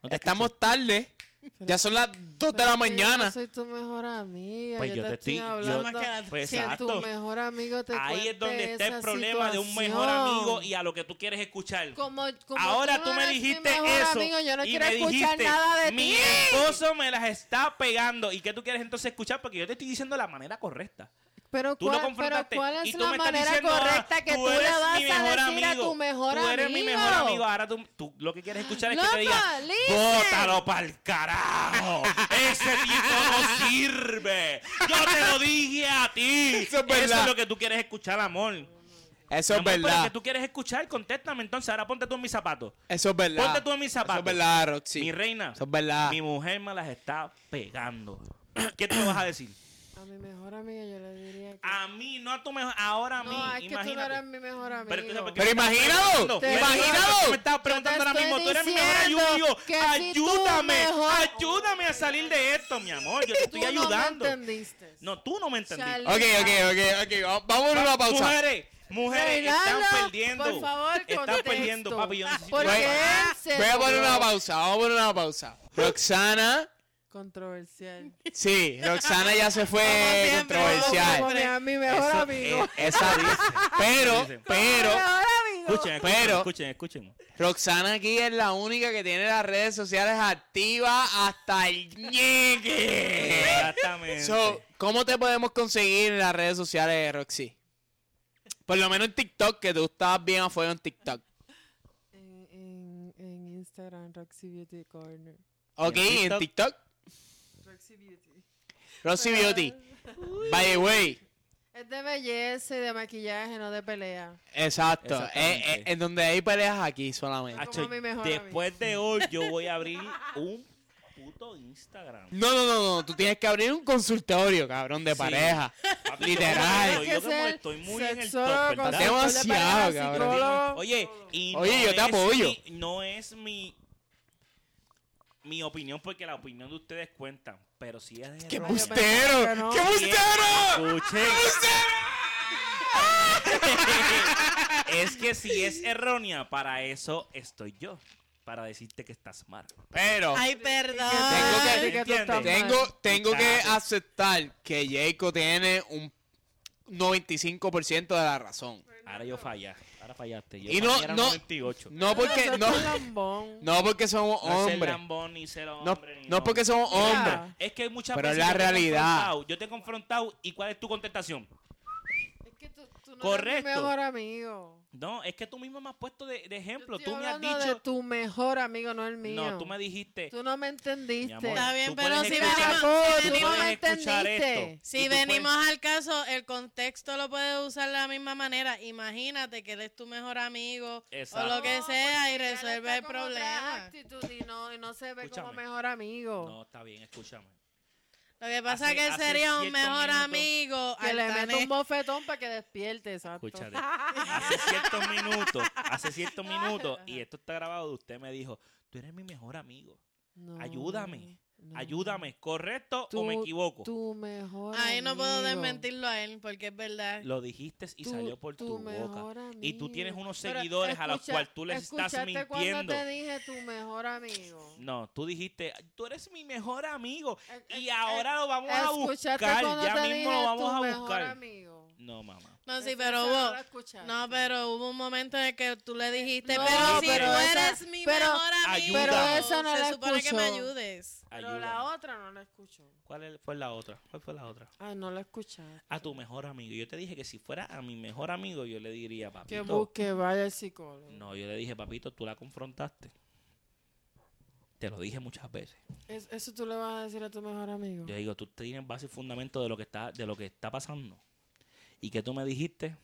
No te
Estamos tarde. Ya son las 2 de la
Pero es que yo no
mañana.
soy tu mejor amiga.
Pues
yo,
yo
te
te
estoy,
estoy- yo-
Más
hablando.
que la-
Pues
si
exacto.
tu mejor amigo te
Ahí es
cuente
donde está el
esa
problema de un mejor
situación.
amigo y a lo que tú quieres escuchar.
Como, como
Ahora tú
no
me
eres mi
dijiste
mejor
eso.
amigo, yo no
y
quiero
me
escuchar
dijiste,
nada de
mi
ti.
esposo me las está pegando. ¿Y qué tú quieres entonces escuchar? Porque yo te estoy diciendo la manera correcta.
Pero,
Tú lo
cuál, pero
confrontaste.
¿cuál
y
es
tú
la
me estás
manera
diciendo ahora,
correcta que tú, le
eres
vas a
mi mejor
decir a
amigo.
tu mejor
Tú eres mi mejor amigo. Ahora tú, tú lo que quieres escuchar es que te
Loco,
diga,
listen.
bótalo pa'l carajo. Ese tipo no sirve. Yo te lo dije a ti.
Eso es verdad.
lo que tú quieres escuchar, amor.
Eso
Mi
es
amor, Pero
verdad.
que tú quieres escuchar, contéstame entonces. Ahora ponte tú en mis zapatos.
Eso es verdad.
Ponte tú en mis zapatos.
Eso es verdad, Roxy.
Mi reina.
Eso es verdad.
Mi mujer me las está pegando. ¿Qué tú me vas a decir?
A mi mejor amiga yo le diría que...
A mí, no a tu mejor. Ahora a mí.
no, es que tú no
Ah, imagínate.
eres mi mejor amigo.
Pero, entonces, ¿por qué
Pero
me estás
imagínalo,
preguntando?
te-
Pero entonces, tú Me estabas
Yo
preguntando
te
ahora mismo.
estoy
Tú eres mi mejor
diciendo
ayudo.
que si tú
Ayúdame.
mejor-
Ayúdame a salir de esto, mi amor. Yo te estoy
Tú
ayudando.
No me entendiste.
No, tú no me entendiste. Ah,
Charlie.
Ok, ok, ok, ok. va- Vamos a una pausa.
Mujeres, mujeres, están
Reinaldo,
perdiendo.
por favor,
están
contexto.
perdiendo, papi. Yo necesito
Porque
Voy-
él se
Voy a poner
logró.
una pausa. Vamos a poner una pausa. Roxana.
Controversial.
Sí, Roxana ya se
Como
fue
siempre,
controversial.
Como mi, a mi mejor
Eso
amigo.
es-
Esa dice. Pero,
Dice.
pero,
Mi mejor amigo.
eh, Escuchen, escuchen,
Pero-
escuchen, escuchen.
Roxana aquí es la única que tiene las redes sociales activas hasta el
Eh,
ñeque.
Exactamente.
So, ¿cómo te podemos conseguir en las redes sociales, Roxy? Por lo menos en TikTok, que tú estás bien a fuego en TikTok.
En, en, en Instagram, Roxy Beauty Corner.
¿Ok?
¿Y en
¿En TikTok?
Roxy Beauty.
Roxy Beauty. By the way.
Es de belleza y de maquillaje, no de pelea.
Exacto.
Exactamente.
Eh, eh, en donde hay peleas aquí solamente.
Acho,
mi mejor
después de hoy yo voy a abrir un puto Instagram.
No, no, no, no. Tú tienes que abrir un consultorio, cabrón, de
Sí.
pareja.
Papi,
Literal.
Yo,
Tienes que
como
ser
estoy muy en el top,
sexólogo,
¿verdad?
consultor de
Demasiado,
pareja,
cabrón.
psicólogo.
Oye, y
Oye, yo te
es
apoyo.
mi- no es mi mi opinión porque la opinión de ustedes cuentan, pero si es de
¡Qué
Roxy-
pensaba que
bustero!
no.
¡Qué bustero!
Escuchen. es que si es errónea, para eso estoy yo. Para decirte que estás mal.
Pero
Ay, perdón.
Ah,
Tengo que-
Ay, tú estás
Entiende.
mal.
tengo, tengo que
Muchachos.
aceptar que Jaco tiene un 95% de la razón.
Ahora yo falla. Ahora fallaste. Yo
Y no-
fallé, era
no-
98.
No
Eso
porque
es
no,
un lambón.
no porque somos
No es el
hombres.
lambón, ni ser
No,
hombre, ni
no porque somos
Mira.
hombres.
Es que hay muchas
Pero
veces
es la
yo te he
realidad.
confrontado, Yo te he confrontado y ¿cuál es tu contestación?
Es que tú, tú no eres
Correcto.
mi mejor amigo.
No, es que tú mismo me has puesto de, de ejemplo.
Yo
Tú
estoy
me has
hablando de
dicho...
tu mejor amigo, no el mío.
No, tú me dijiste...
Tú no me entendiste.
Mi amor,
Está bien,
tú
pero
puedes
si
escuchar-
venimos-
Jacob, tú
si
no
venimos-
me
escuchar
entendiste.
esto. Y
Si
tú puedes-
venimos al caso, el contexto lo puedes usar de la misma manera. Imagínate que él es tu mejor amigo
Exacto.
o lo que
No,
sea y
porque
resuelve
ya
el
está como otra
problema.
actitud y no, y no se ve
Escúchame.
como mejor amigo.
No, está bien, escúchame.
Lo que pasa
Hace-
es que él
hace
sería un
ciertos
mejor
minutos-
amigo.
que le
altanero.
meta un bofetón para que despierte, exacto.
Escúchate. Hace ciertos minutos, hace ciertos minutos, y esto está grabado, usted me dijo, tú eres mi mejor amigo,
No.
ayúdame. Ayúdame, ¿correcto o me
Tu-
equivoco?
Tu mejor
Ahí no puedo
amigo.
desmentirlo a él porque es verdad.
Lo dijiste y
Tu-
salió por
tu
tu,
mejor
boca. Y tú tienes
amigo.
unos
Pero
seguidores a los
escucha-
cuales tú les estás
escuchaste
mintiendo.
cuando te dije tu mejor amigo.
No, tú dijiste, tú eres mi mejor amigo.
Eh,
Y
eh,
ahora lo vamos a
Escuchaste
buscar.
cuando
Ya
te
mismo
dije
lo vamos
tu
a
mejor
buscar.
amigo.
No, mamá.
No, sí,
Esa-
pero
esa no
hubo.
la escuchaste.
No, pero hubo un momento en el que tú le dijiste,
No,
pero si
pero
tú
esa-
eres mi
pero-
mejor amigo,
Pero
esa no
se
la
supone que me
escucho.
ayudes.
Pero
Ayúdame.
la otra no la escuchó.
¿Cuál es- fue la otra? ¿Cuál fue la otra?
Ah, no la escuchaste.
A tu mejor amigo. Yo te dije que si fuera a mi mejor amigo, yo le diría, papito.
Que busque, vaya el psicólogo.
No, yo le dije, papito, tú la confrontaste. Te lo dije muchas veces.
Es- eso tú le vas a decir a tu mejor amigo.
Yo digo, tú tienes base y fundamento de lo que está, de lo que está pasando. Y que tú me dijiste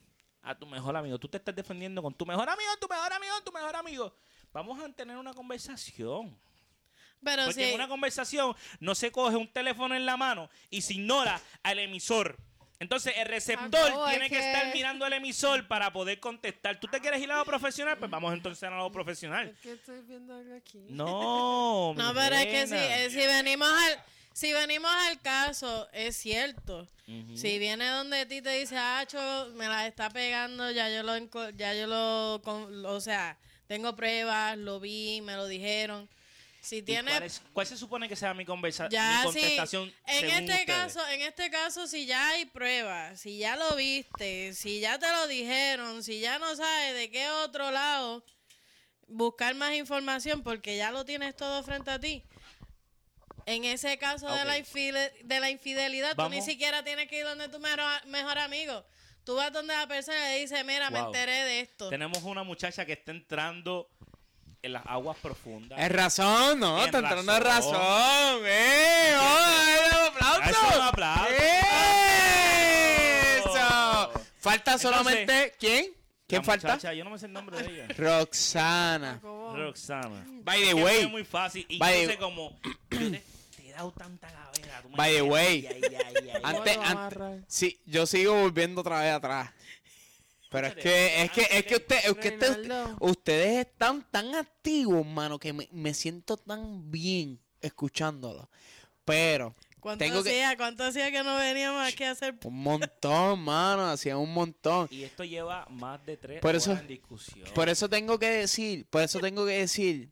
a tu mejor amigo, tú te estás defendiendo con tu mejor amigo, tu mejor amigo, tu mejor amigo. Vamos a tener una conversación.
Pero
Porque
sí.
en una conversación no se coge un teléfono en la mano y se ignora al emisor. Entonces el
Ah,
receptor
Acabo de
tiene que...
que-
estar mirando al emisor para poder contestar. ¿Tú te quieres ir a lo profesional? Pues vamos entonces a lo profesional.
Es que estoy viendo algo aquí.
No,
No,
mi
pero es que si,
nena.
eh, si venimos al si venimos al caso, es cierto.
Ujú.
Si viene donde ti te dice, "Acho, me la está pegando, ya yo lo enco- ya yo lo con- lo- o sea, tengo pruebas, lo vi, me lo dijeron." Si
¿Y
tiene
cuál, es- cuál se supone que sea mi conversación?
ya
mi
si
contestación
en
según
este
ustedes?
caso, en este caso si ya hay pruebas, si ya lo viste, si ya te lo dijeron, si ya no sabes de qué otro lado buscar más información porque ya lo tienes todo frente a ti. En ese caso de, la
Ah, Ok.
infide- de la infidelidad, tú ni
Vamos.
siquiera tienes que ir donde tu mero- mejor amigo. Tú vas donde la persona y le dices, mira, me
Wow.
enteré de esto.
Tenemos una muchacha que está entrando en las aguas profundas.
Es razón, no,
Tienes
está entrando en
razón.
razón. ¡Eh! ¡Oh, un aplauso!
Eso, un aplauso.
¡Eso! Falta
Entonces,
solamente. ¿Quién? ¿Quién
La
falta?
muchacha, yo no me sé el nombre de ella.
Roxana.
Jacobo.
Roxana.
By the
Que
way.
fue muy fácil. Y
By
yo
the-
sé como. yo te, te he dado tanta gavera. tú me
By the
dices,
way.
ay, ay, ay, ay, ay.
Antes,
Lo
antes,
amarra.
sí, yo sigo volviendo otra vez atrás. Pero es que, es que, es que usted, es que usted-
Reinaldo.
ustedes están tan activos, mano, que me, me siento tan bien escuchándolo. Pero,
¿Cuánto
tengo que-
hacía? ¿Cuánto hacía que no veníamos aquí a hacer?
un montón, mano, hacía un montón.
Y esto lleva más de tres
Por
horas
eso-
en discusión.
Por eso tengo que decir, por eso tengo que decir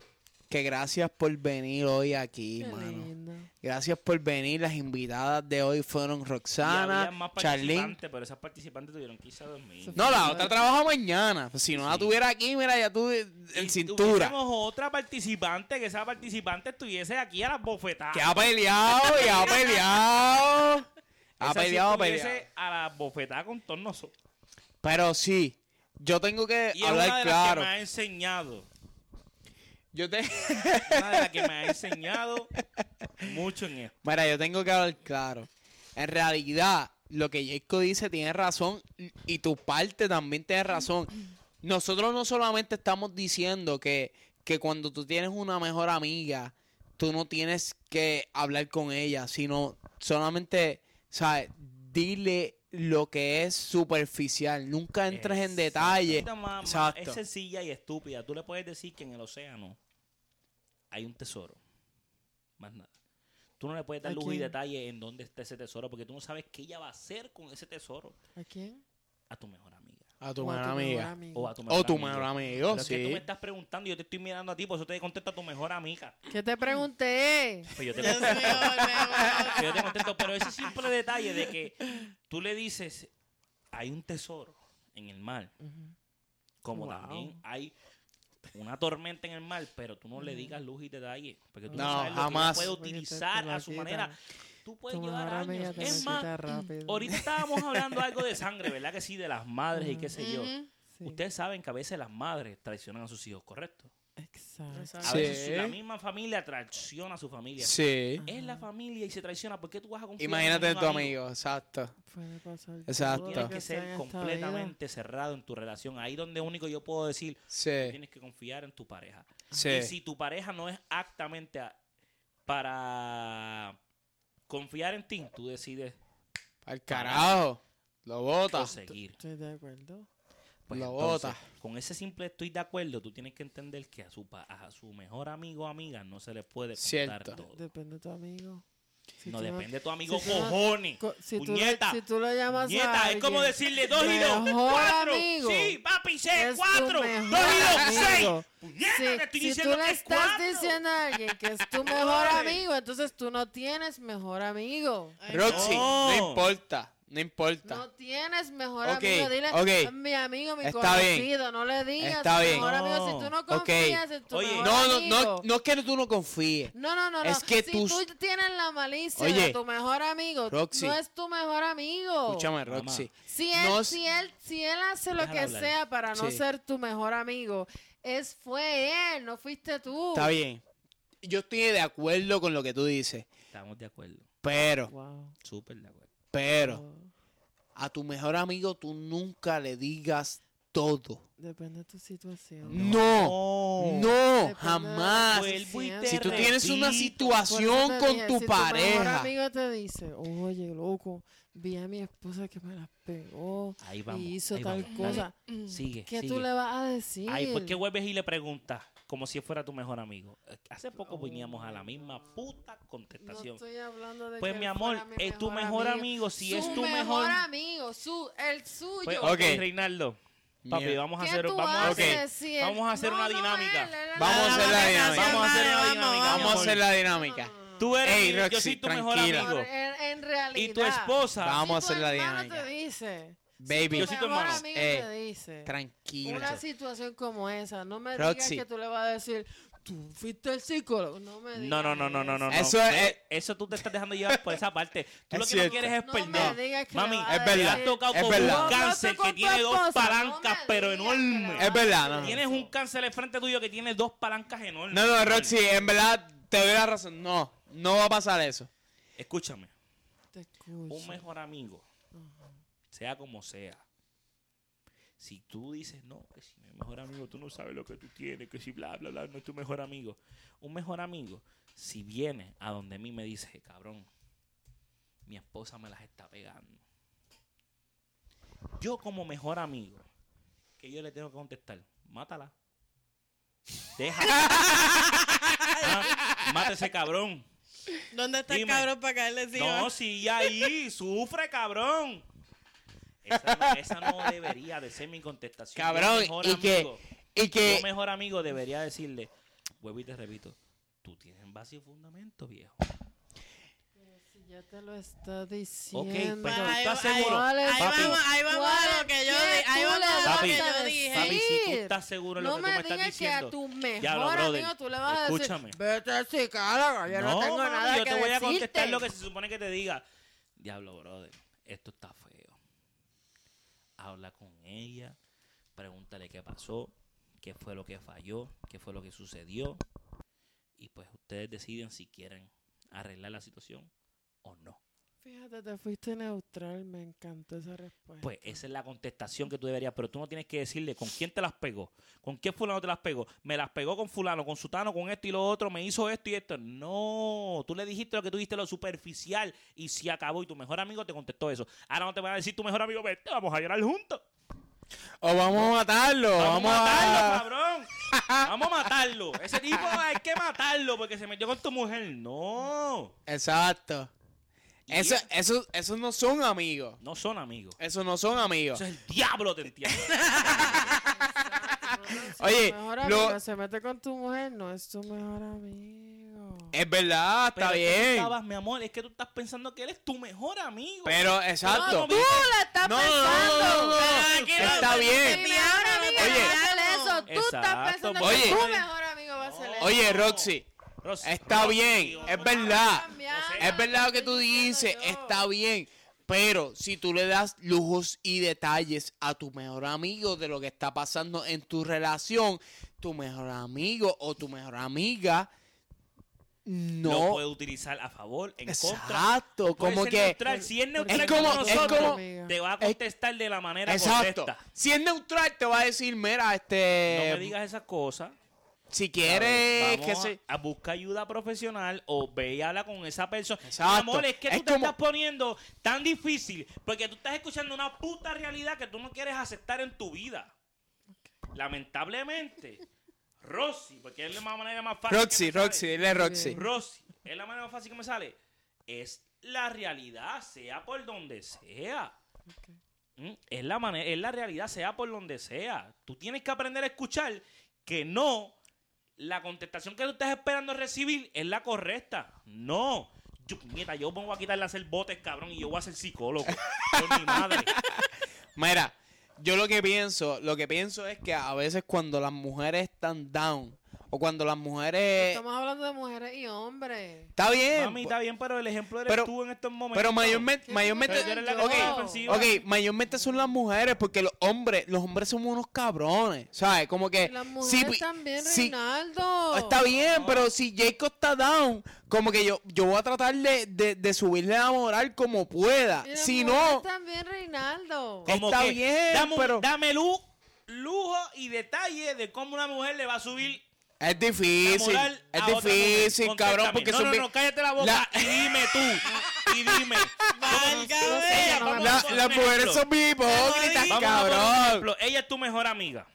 que gracias por venir hoy aquí,
Qué
mano.
lindo.
Gracias por venir. Las invitadas de hoy fueron
Y había
Roxana,
más
Charlene.
participantes, pero esas participantes tuvieron que irse a dormir.
No, la otra trabaja mañana. Pues si no la
Sí.
tuviera aquí, mira, ya tuve en
Si
cintura.
tuviésemos otra participante, que esa participante estuviese aquí a las bofetadas.
Que ha peleado, y ha peleado. Ha
Esa sí
peleado, ha
estuviese
peleado.
a las bofetadas con todos nosotros.
Pero sí, yo tengo que
Y es una
Eh, hablar
de
claro.
las que me ha enseñado.
Yo te...
Una de las que me ha enseñado mucho en esto.
Mira, yo tengo que hablar claro. En realidad, lo que Jaco dice tiene razón y- y tu parte también tiene razón. Nosotros no solamente estamos diciendo que, que cuando tú tienes una mejor amiga, tú no tienes que hablar con ella, sino solamente, ¿sabes? Dile lo que es superficial. Nunca entres en
Exacto.
detalle.
Esta mamá
Exacto.
Es sencilla y estúpida. Tú le puedes decir que en el océano hay un tesoro. Más nada. Tú no le puedes dar
¿A
luz y
quién?
detalle en dónde está ese tesoro porque tú no sabes qué ella va a hacer con ese tesoro
¿A quién?
a tu mejor amiga.
A tu
O a
mejor
tu mejor
amiga.
amigo.
O a tu mejor
O tu
amigo.
mejor amigo,
Pero es que tú me
sí.
estás preguntando y yo te estoy mirando a ti, por eso te contesto a tu mejor amiga.
¿Qué te pregunté?
Pues yo te
Dios mío, volvemos.
Pero yo te contesto, pero ese simple detalle de que tú le dices, hay un tesoro en el mar, como
Wow.
también hay una tormenta en el mar, pero tú no le digas luz y detalle, porque tú no,
No,
sabes lo que ella
jamás.
puede
Porque te- te
utilizar
la
a su
quitan.
manera. Tú puedes
Tu
llevar
mejor amiga
años.
te
Es
lo
más,
quita rápido.
ahorita estábamos hablando algo de sangre, ¿verdad? Que sí, de las madres y qué sé yo.
Ujú.
Sí.
Ustedes saben que a veces las madres traicionan a sus hijos, ¿correcto?
Exacto.
Exacto.
A
Sí.
veces la misma familia traiciona a su familia.
Sí.
Es la familia y se traiciona. ¿Por qué tú vas a confiar en
Imagínate
un
en tu amigo, exacto.
Puede pasar
Exacto.
todo lo
Tienes
Exacto.
que
sea en
ser
esta
completamente cerrado en tu relación. Ahí donde único yo puedo decir,
Sí.
tienes que confiar en tu pareja. Y
Sí.
si tu pareja no es actamente a- para confiar en ti, tú decides
Al carajo. Lo bota.
proseguir.
Estoy de acuerdo.
Pues
Lo
entonces,
bota.
con ese simple estoy de acuerdo, tú tienes que entender que a su, pa- a su mejor amigo o amiga no se le puede contar
Cierto.
todo.
Depende de tu amigo. Si
no
tú
depende de tu amigo
si tú no-
cojones.
co- si tú,
puñeta.
si tú lo llamas
Nieta,
a
es como
alguien
decirle dos y dos.
mejor
Cuatro.
amigo
Sí, papi,
es
sé
tu
cuatro. Dos y
mejor
dos, seis.
amigo.
Puñeta,
Si-
te estoy
si
diciendo
tú le
que es
estás
cuatro.
diciendo a alguien que es tu mejor amigo,
Ay.
entonces tú no tienes mejor amigo.
Ay,
Roxy,
no.
no. importa, no importa.
No tienes mejor
Ok,
amigo. Dile,
ok.
mi amigo, mi
Está
conocido. No le digas
Está
tu
bien.
mejor amigo.
No.
Si tú no
Ok.
confías en tu
Oye.
mejor
No, no,
amigo.
no, no es que tú no confíes.
No, no, no, no.
Es que
si tú...
tú-
tienes la malicia de
Oye,
tu mejor amigo,
Roxy.
no es tu mejor amigo.
Escúchame,
Mamá.
Roxy.
Si él,
No es-
si, él, si él hace lo
Déjala
que
hablar.
sea para no
Sí.
ser tu mejor amigo, es fue él, no fuiste tú.
Está bien. Yo estoy de acuerdo con lo que tú dices,
Estamos de acuerdo.
pero,
Wow.
Súper de acuerdo.
pero, a tu mejor amigo tú nunca le digas todo.
Depende de tu situación.
No, no, jamás.
Vuelvo y te
Si tú tienes una
repito.
situación con tu
Tu mejor
pareja,
amigo te dice, oye, loco, vi a mi esposa que me las pegó
Ahí vamos.
y hizo
ahí
tal
vamos.
cosa.
Dale, Sigue.
¿Qué
sigue.
tú le vas a decir?
Ay, ¿por qué vuelves y le preguntas? Como si fuera tu mejor amigo. Eh, Hace poco veníamos a la misma puta
No
contestación.
estoy hablando de
Pues
que
mi
él
amor,
fuera mi
es tu mejor amigo. Si es
Su
tu mejor.
amigo, su, el suyo.
Pues,
Ok.
ok, Reinaldo. Papi,
Mira.
vamos a
¿Qué
hacer,
tú
vamos a
haces
hacer,
si él-
vamos a hacer
No,
una
no,
dinámica.
él, él, él,
Vamos a
él,
hacer
él,
la
él, él,
dinámica.
él,
Vamos a hacer
él,
la
él,
dinámica,
él,
vamos a
él,
amor.
hacer
él,
la
él,
dinámica.
él,
Tú eres,
Ey,
mi- yo
Roxy,
soy tu mejor
tranquila.
él,
amigo.
él, él, En realidad.
Y tu esposa.
Vamos a hacer la
Si tu hermano
dinámica.
te dice.
Baby,
Yo
tu
soy tu
mejor
hermano.
amigo
Eh,
te dice. Una
tranquila.
situación como esa, no me digas
Roxy.
que tú le vas a decir, tú fuiste el psicólogo. No me digas.
No, no, no, no, no, no. no.
Eso es- eh.
Eso tú te estás dejando llevar por esa parte. Tú lo
Es
que no
cierto.
quieres es
No
perder.
me digas que
Mami,
le vas a
Es verdad,
Te has tocado
es
con
verdad.
un cáncer
Con
que
tu
tiene dos
esposa,
palancas,
no me
pero
digas que le
enormes.
vas a
Es verdad, no, no.
Tienes un cáncer al frente tuyo que tiene dos palancas enormes.
No, no, Roxy, en verdad te doy la razón. No, no va a pasar eso.
Escúchame.
Te escucho.
Un mejor amigo, sea como sea. Si tú dices, no, que si mi mejor amigo, tú no sabes lo que tú tienes, que si bla, bla, bla, no es tu mejor amigo. Un mejor amigo, si viene a donde a mí me dice, cabrón, mi esposa me las está pegando. Yo como mejor amigo, que yo le tengo que contestar, mátala. Déjala. Ah, Mata ese cabrón.
¿Dónde está
Dime.
el cabrón para caerle encima?
No, sigue ahí, sufre, cabrón. Esa no, esa no debería de ser mi contestación.
Cabrón,
Yo mejor
y que-
amigo-
Y que
yo mejor amigo debería decirle, vuelvo y te repito, tú tienes vacío fundamento, viejo.
Si ya te lo
pues,
está diciendo.
Ok, pero
Papi,
tú
ahí-
estás seguro.
ahí-
Ahí
Papi,
vamos, ahí vamos a lo que yo
¿Cuál
dije.
es?
Ahí
¿Tú
vamos
le
a lo
papi,
que
vas a
yo dije.
papi, si tú
decir?
estás seguro de
No
lo que tú
me
me estás
digas que
diciendo.
a tu
Ya lo,
mejor
brother.
amigo tú le vas a decir.
Escúchame.
Vete psicólogo, yo no, tengo
mami,
nada
yo
que
te voy a
decirte".
contestar lo que se supone que te diga. Diablo, brother, esto está feo. Habla con ella, pregúntale qué pasó, qué fue lo que falló, qué fue lo que sucedió. Y pues ustedes deciden si quieren arreglar la situación o no.
Fíjate, te fuiste neutral, me encantó esa respuesta.
Pues esa es la contestación que tú deberías, pero tú no tienes que decirle con quién te las pegó, con qué fulano te las pegó, me las pegó con fulano, con sutano, con esto y lo otro, me hizo esto y esto. No, tú le dijiste lo que tú dijiste, lo superficial, y si acabó y tu mejor amigo te contestó eso. Ahora no te van a decir tu mejor amigo, vete, vamos a llorar juntos.
O vamos a matarlo.
Vamos,
Vamos,
a matarlo,
a.
cabrón. Vamos a matarlo. Ese tipo ah, hay que matarlo porque se metió con tu mujer. No.
Exacto.
Y
Eso, eso, esos no son amigos.
No son amigos.
Esos no son amigos.
Eso es el diablo, te entiendo.
Oye,
tu mejor
lo-
amigo se mete con tu mujer, no es tu mejor amigo.
Es verdad, está
Pero tú
bien.
estabas, mi amor, es que tú estás pensando que eres tu mejor amigo.
Pero, exacto.
No,
Tú la estás
No, no,
pensando.
no, no, no,
Pero aquí no-
Está bien.
Mi mejor amigo
Oye.
va a hacer eso. Tú
Exacto,
estás pensando
oye.
que tu mejor amigo va a hacer eso.
Oye, Roxy,
Ros-
está
Ros-
bien.
Dios,
Es
no.
verdad.
Cambiando,
Es verdad lo que tú
estoy
dices.
diciendo yo.
Está bien. Pero si tú le das lujos y detalles a tu mejor amigo de lo que está pasando en tu relación, tu mejor amigo o tu mejor amiga
Lo
no
puede utilizar a favor, en contra.
Exacto,
Puede
como
ser
que.
neutral. Si es neutral
Es
como,
como- es
nosotros,
como-
te va a contestar de la manera
Exacto.
correcta.
Si es neutral, te va a decir, mira,
No
este.
me digas esas cosas.
Si
A ver,
quieres
vamos
que
a-
se.
a busca ayuda profesional o ve y habla con esa persona.
Exacto.
Mi amor, es que tú
Es
te
como-
estás poniendo tan difícil porque tú estás escuchando una puta realidad que tú no quieres aceptar en tu vida. Lamentablemente, Rosy, porque es la más- manera más fácil. que
Roxy,
me sale.
Roxy, él es Roxy.
Rosy, es la manera más fácil que me sale. Es la realidad, sea por donde sea. Mm, Es la, manera, es la realidad, sea por donde sea. Tú tienes que aprender a escuchar que no, la contestación que tú estás esperando recibir es la correcta. No. Yo, puñeta, yo pongo a quitarle a hacer botes, cabrón, y yo voy a ser psicólogo. Por mi madre.
Mira, yo lo que pienso, lo que pienso es que a veces cuando las mujeres están down o cuando las mujeres
Pues Estamos hablando de mujeres y hombres.
está bien,
Mami, está bien, pero el ejemplo eres
Pero-
tú en estos momentos.
pero mayormente,
¿Qué
mayormente,
Pero tú eres la que
ok,
está ofensiva.
ok, mayormente son las mujeres porque los hombres, los hombres somos unos cabrones, ¿sabes? Como que
Las
eh, sí,
mujeres
pi-
también,
sí,
Reinaldo.
Está bien, pero si Jacob está down, como que yo, yo voy a tratar de, de, de subirle la moral como pueda.
Y las
Si
mujeres
no, eh,
También, Reinaldo.
¿Qué? Está bien,
dame, un-
pero-
dame lu- lujo y detalle de cómo una mujer le va a subir
es
la
difícil,
moral a
es
otra mujer.
difícil, cabrón,
Contéstame.
porque
no,
son
no,
bien-
no, cállate la boca
La-
y dime tú, y dime.
Válgame.
Ella,
no,
vamos a
La-
poner
las
un
mujeres
ejemplo.
son bien hipócritas,
Vamos a poner un
cabrón.
ejemplo. Ella es tu mejor amiga.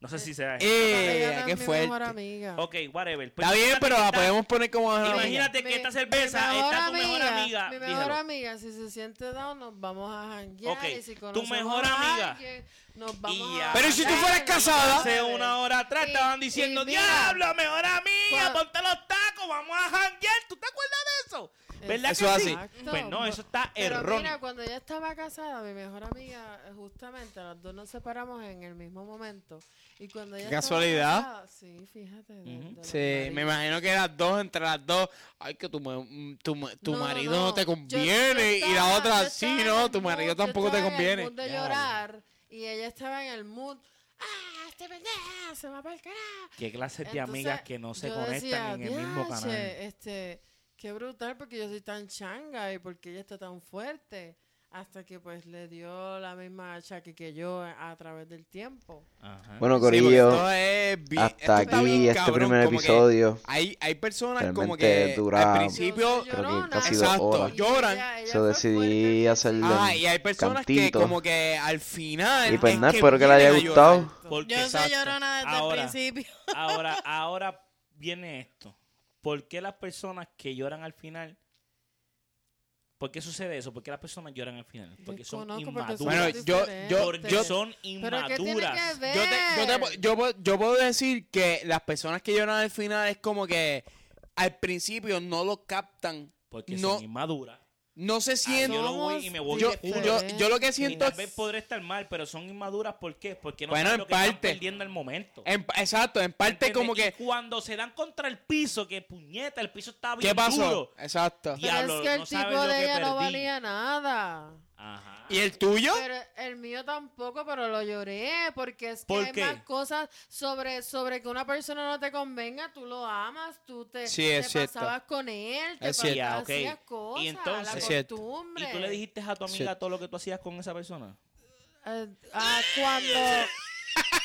No sé si sea.
Ella
Eh,
no
qué
es mi mejor
fuerte.
amiga.
Ok, whatever. Pues
Está bien,
imagínate
pero
que
la
está-
podemos poner como mejor amiga.
Imagínate que
Mi-
esta cerveza
mi
está tu mejor amiga.
Mi mejor
dígelo.
amiga, si se siente down, nos vamos a janguear.
Ok,
y si
tu
conocemos
mejor
a
amiga.
alguien, nos vamos
Y ya.
a
Pero si tú
janguear,
fueras
y nos
casada.
vamos a
Hace
beber.
una hora atrás
Y-
estaban diciendo,
y mira,
diablo, mejor amiga,
Cuan-
ponte los tacos, vamos a janguear. ¿Tú te acuerdas de eso? ¿Verdad
Eso
que
es así.
sí?
Exacto.
Pues no, eso está
Pero
erróneo.
mira, cuando ella estaba casada, mi mejor amiga, eh, justamente, las dos nos separamos en el mismo momento. Y cuando ella
Qué
estaba
casualidad.
casada- sí, fíjate. de-
Ujú.
de los
Sí, me
maridos.
imagino que las dos, entre las dos, ay, que tu, ma- tu ma- tu
No,
marido no, te
Yo- yo
conviene. y la
estaba-
otra,
yo
sí,
estaba en
no,
el
tu
mood,
marido
yo
tampoco te
estaba En el
conviene.
mood de
Ya,
llorar. Y ella estaba en el mood. ¡Ah, este pendeja! Se va para el carajo.
¿Qué clases de
Entonces,
amigas que no se
yo
conectan
decía,
en el mismo
"Diache,
canal?
Este, qué brutal porque yo soy tan changa y porque ella está tan fuerte. Hasta que pues le dio la misma achaque que yo a a través del tiempo.
Ajá.
Bueno,
Sí, porque
Corillo,
esto es bien- esto
hasta
está
aquí
bien
este
cabrón,
primer
como que
episodio.
Hay, hay personas como
Realmente
que
dura-
al
Yo
principio...
soy
creo que
llorona,
casi
dos Exacto, horas. lloran.
ella- ella
So
fue
decidí
fuerte al
hacerlo
principio.
Ah, y hay personas
Cantito.
que como que al final...
Y pues
es
nada, espero que les
vienen
haya
a
gustado.
llorar.
Porque
Yo soy
Exacto.
llorona desde
Ahora.
el principio.
ahora, ahora viene esto. ¿Por qué las personas que lloran al final? ¿Por qué sucede eso? ¿Por qué las personas lloran al final? Porque son
Desconozco
inmaduras.
son
Bueno, yo-
diferentes.
yo-
porque son
Pero ¿qué tiene que
inmaduras.
ver?
Yo, te- yo,
Pues.
te po- yo po- yo puedo decir que las personas que lloran al final es como que al principio no lo captan,
Porque
No.
son inmaduras. Ah,
no se
Yo
sienten...
no voy y
Somos
me voy
yo,
de
yo,
culo.
yo, lo que
Y
siento
tal
es-
vez podré estar mal, pero son inmaduras. ¿Por qué? Porque no
Bueno,
saben
en
lo que están
parte.
perdiendo el momento.
en- exacto, en parte
¿Entiendes?
como
Y
que...
cuando se dan contra el piso, que puñeta, el piso está bien
¿Qué pasó?
duro.
Exacto.
Di-
Pero
Diablo,
es que el
no sabes
tipo
lo que
de ella no
perdí.
valía nada.
Ajá.
¿Y el tuyo?
Pero el mío tampoco, pero lo lloré porque es que
¿Por
hay
qué?
más cosas sobre, sobre que una persona no te convenga, tú lo amas, tú te,
Sí, es
te
cierto.
pasabas con él, te
Es cierto.
pasabas,
Ya, ok.
hacías cosas,
Y entonces-
Es
la
cierto.
costumbre.
¿Y tú le dijiste a tu amiga
Shit.
todo lo que tú hacías con esa persona?
Eh, ah, cuando...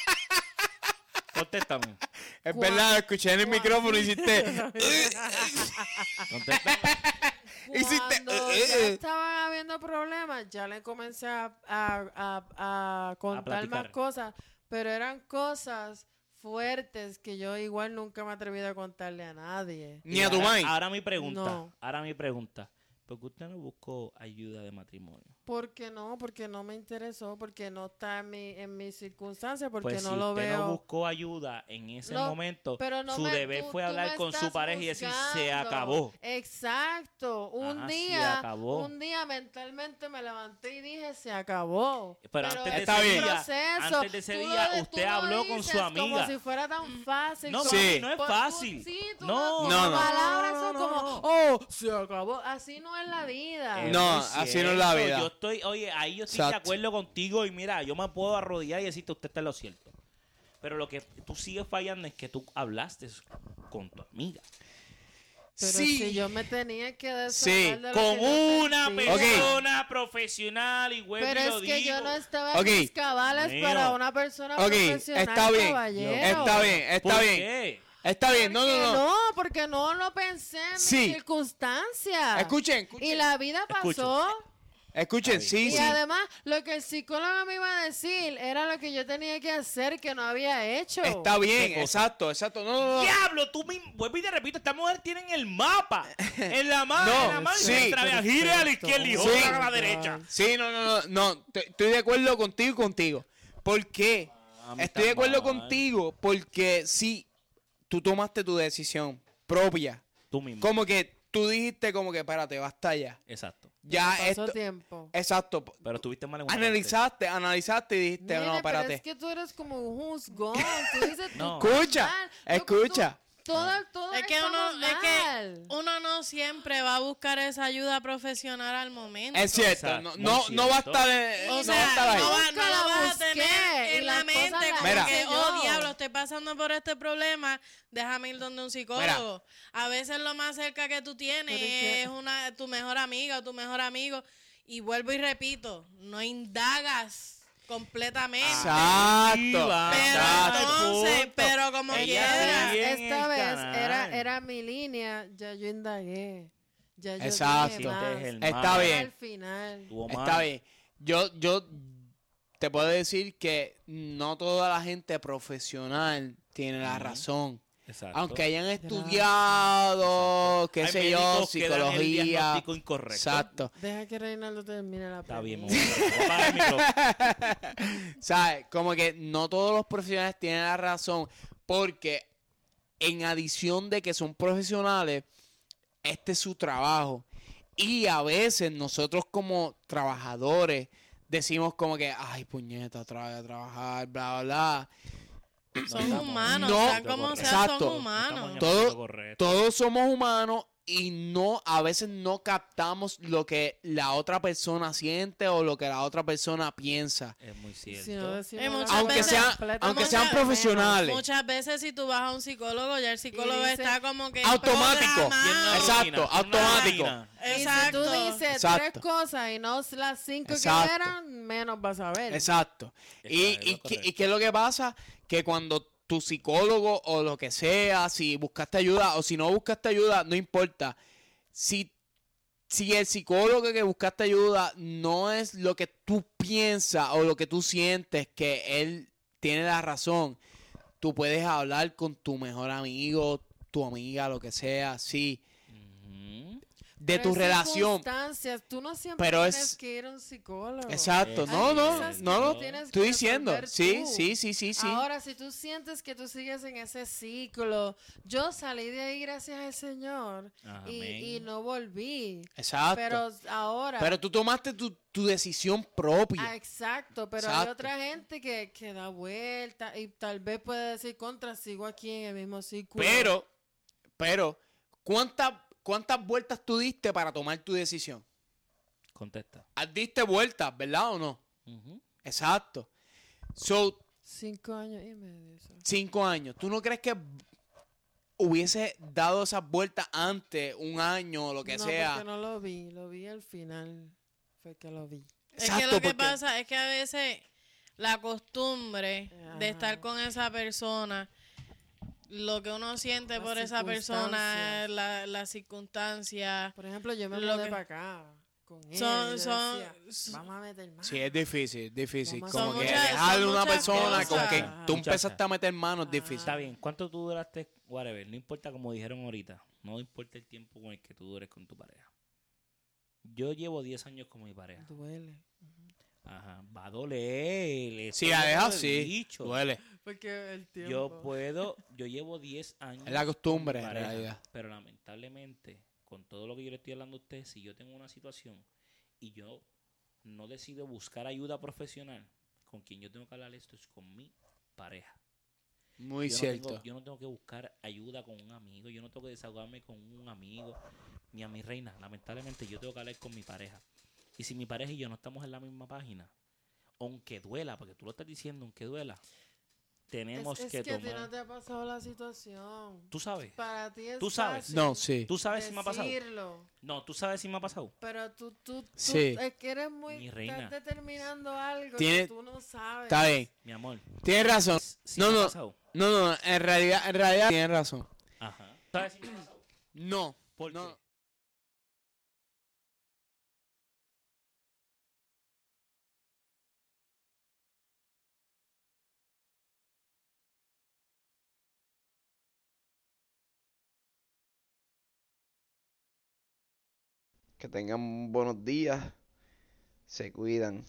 Contéstame.
Es
¿Cuál?
verdad, lo escuché en el
¿Cuál?
micrófono y hiciste.
Contéstame.
Hiciste,
Cuando
eh,
ya
eh.
estaban habiendo problemas, ya le comencé a, a- a- a contar más
platicar.
cosas, pero eran cosas fuertes que yo igual nunca me he atrevido a contarle a nadie.
Ni a
ahora- ah,
tu mãe.
Ahora mi pregunta.
No.
Ahora mi pregunta. ¿Por qué usted no buscó ayuda de matrimonio?
¿Por qué no? Porque no me interesó, porque no está en mi, en mis circunstancias, porque
pues
no
si
lo
usted
veo.
no buscó ayuda en ese
Lo-
momento,
pero no
su
me-
deber
tú-
fue
tú
hablar
me
con su
estás
pareja y decir, se
juzgando".
acabó.
Exacto. Un
Ajá, se
día,
acabó.
un día mentalmente me levanté y dije, se acabó.
Pero antes de
es
ese
un
día,
antes de ese
Tú lo
día,
de-
usted
tú lo
habló con su
dices
amiga.
Como si fuera tan fácil.
No,
como-
mami,
no es
por- tú-
fácil.
sí, tú
No.
tus
No, no.
palabras
No,
son
no,
como,
no.
oh, se acabó. Así no es la vida.
Es
No,
muy
así no es la
cierto.
vida.
Yo estoy, oye, ahí yo estoy de
Exacto.
acuerdo contigo y mira, yo me puedo arrodillar y decirte, usted está en lo cierto. Pero lo que tú sigues fallando es que tú hablaste con tu amiga.
Pero
Sí.
si yo me tenía que desahogar
Sí,
de lo
Con
que yo
una
sentía.
Ok.
persona profesional y güey,
Pero
y
es
lo
que yo
digo.
no estaba en
Ok.
mis cabales
Mío.
para una persona
Ok,
profesional,
está bien.
caballero.
Está bien, está
¿Por
bien.
qué?
Está bien, no,
Porque
no, no.
no, porque no lo pensé en
Sí.
mis circunstancias.
Escuchen, escuchen.
Y la vida
Escuchen.
pasó.
Escuchen, sí,
Y
sí.
además, lo que el psicólogo me iba a decir era lo que yo tenía que hacer que no había hecho.
Está bien,
Qué cosa.
exacto, exacto. No, no, no.
Diablo, tú mismo. Vuelvo y te repito, esta mujer tiene en el mapa. En la mano,
No,
en la mano.
sí.
y mientras vea, Gire a la izquierda y
Sí.
otra a la derecha.
Sí, no, no, no, no. te- Estoy de acuerdo contigo y contigo. ¿Por qué?
Mami,
Estoy de
está
acuerdo
mal.
contigo porque si tú tomaste tu decisión propia,
Tú mismo.
como que tú dijiste como que, espérate, basta ya.
Exacto.
Ya
Pasó
esto...
tiempo.
Exacto.
Pero estuviste mal en una
Analizaste, analizaste y dijiste, no,
Nene, pero
espérate.
es que tú eres como un juzgón. Tú dices
No.
tú estás
Escucha,
mal. Tú-
escucha.
tú- Todo, todo
Es que, uno,
estamos
es que
mal.
uno no siempre va a buscar esa ayuda profesional al momento.
Es cierto,
Exacto,
no,
muy
no, no va a
cierto.
estar, eh,
O
no
sea,
va a estar ahí.
no, va,
Nunca
no lo
la
vas a
busqué,
tener
y
en
las
la mente
cosas las
como
hice
que,
yo.
oh, diablo, estoy pasando por este problema, déjame ir donde un psicólogo. A veces lo más cerca que tú tienes
Pero es que-
es una tu mejor amiga o tu mejor amigo. Y vuelvo y repito, no indagas completamente.
Exacto.
Iba.
pero
exacto.
entonces,
Punto.
pero como
Ella
Esta
quiera.
bien
vez,
el
esta vez era,
canal.
era mi línea, ya yo indagué. Ya yo
Exacto.
dije más.
Hiciste el
Está
mal.
bien.
Al final.
Estuvo mal.
Está bien. Yo, yo te puedo decir que no toda la gente profesional tiene la
Ujú.
razón.
Exacto.
Aunque hayan
Gracias.
estudiado, qué
Hay
sé yo,
médicos que dan el
psicología.
diagnóstico incorrecto.
Exacto.
Deja que Reinaldo termine la
Está bien, me
pregunta.
voy a- voy a apagar el micrófono.
¿Sabes? Como que no todos los profesionales tienen la razón. Porque en adición de que son profesionales, este es su trabajo. Y a veces nosotros como trabajadores decimos como que, ay puñeta, otra vez a trabajar, bla, bla, bla.
Son
estamos-
humanos,
No.
sean como sean,
Exacto.
son humanos.
Estamos
Todo-
llamando correcto.
Todos somos humanos y no, a veces no captamos lo que la otra persona siente o lo que la otra persona piensa.
Es muy cierto.
Si no decimos
Eh,
la
muchas
Aunque,
veces-
sea,
verdad, completamente
aunque sean
muchas-
menos.
profesionales.
Muchas veces si tú vas a un psicólogo, ya el psicólogo
dice-
está como que
Automático.
Y en una
programado.
Exacto,
rutina, una
automático.
rutina.
Y si
Exacto.
tú dices
Exacto.
tres cosas y no las cinco
Exacto.
que eran, menos vas a
eh.
ver.
Exacto. Y,
Exacto, es
y,
lo
qué-
correcto.
y qué es lo que pasa? Que cuando tu psicólogo o lo que sea, si buscaste ayuda o si no buscaste ayuda, no importa. Si, si el psicólogo que buscaste ayuda no es lo que tú piensas o lo que tú sientes que él tiene la razón, tú puedes hablar con tu mejor amigo, tu amiga, lo que sea, sí,
Ujú.
de
Pero
tu
hay
relación.
circunstancias, Tú no siempre
Pero
tienes
es-
que ir a un psicólogo.
Exacto,
Hay
no, no,
cosas que
no,
tú
no,
tienes
estoy
que
diciendo,
resolver
sí,
tú.
sí, sí, sí, sí.
Ahora, si tú sientes que tú sigues en ese ciclo, yo salí de ahí gracias al Señor y,
Amén.
y no volví.
Exacto.
Pero ahora...
Pero tú tomaste tu, tu decisión propia.
Ah, exacto, pero hay
Exacto.
otra gente que, que da vuelta y tal vez puede decir contra, sigo aquí en el mismo círculo.
pero, pero, ¿cuántas, ¿cuántas vueltas tú diste para tomar tu decisión?
Contesta.
Ah, Diste vueltas, ¿verdad o no?
Ujú.
Exacto. So,
Cinco años y medio. eso.
cinco años. ¿Tú no crees que hubiese dado esas vueltas antes, un año o lo que
no,
sea?
porque no lo vi, lo vi al final. Fue que lo vi.
Es que lo que
porque-
pasa es que a veces la costumbre de estar
Ajá.
con esa persona, lo que uno siente
Las
por esa persona,
circunstancias.
la- las circunstancias.
Por ejemplo, yo me
Lo
mudé
que-
para acá con él.
Son-
yo
son-
decía,
son-
Vamos a meter más.
Sí, es difícil, es difícil.
Son
Como que
muchas- son
dejarle a una
muchas
persona con
cosas.
que tú
Muchacha.
empezaste a meter mano es
Ah.
difícil.
Está bien. ¿Cuánto tú duraste, whatever? No importa como dijeron ahorita. No importa el tiempo con el que tú dures con tu pareja. Yo llevo 10 años con mi pareja.
Duele.
Ajá. Va a doler. eso
Si
es
la
lo que
dejas,
he
sí.
dicho.
Duele.
Porque el tiempo.
Yo puedo, yo llevo 10 años.
Es la costumbre, en
pareja,
realidad.
Pero lamentablemente, con todo lo que yo le estoy hablando a usted, si yo tengo una situación y yo no decido buscar ayuda profesional, con quien yo tengo que hablar esto es con mi pareja.
Muy
yo
cierto.
No tengo, yo no tengo que buscar ayuda con un amigo, yo no tengo que desahogarme con un amigo, ni a mi reina. Lamentablemente yo tengo que hablar con mi pareja. Y si mi pareja y yo no estamos en la misma página, aunque duela, porque tú lo estás diciendo, aunque duela, tenemos
es, es
que,
que a ti
tomar...
no te ha pasado la situación.
Tú sabes,
Para ti es
Tú sabes.
fácil
No, sí.
tú sabes si me ha pasado.
decirlo.
No, tú sabes si me ha pasado.
Pero tú, tú, tú
Sí.
es que eres muy...
Mi reina.
Estás determinando algo
Tiene-
que tú no sabes.
Está
eh,
bien.
Mi amor,
Tienes razón.
si
No,
me ha
no.
pasado.
No, no, en realidad, en realidad tienes razón.
Ajá. ¿Sabes si me ha pasado?
No.
¿Por
No.
qué?
Que tengan buenos días. Se cuidan.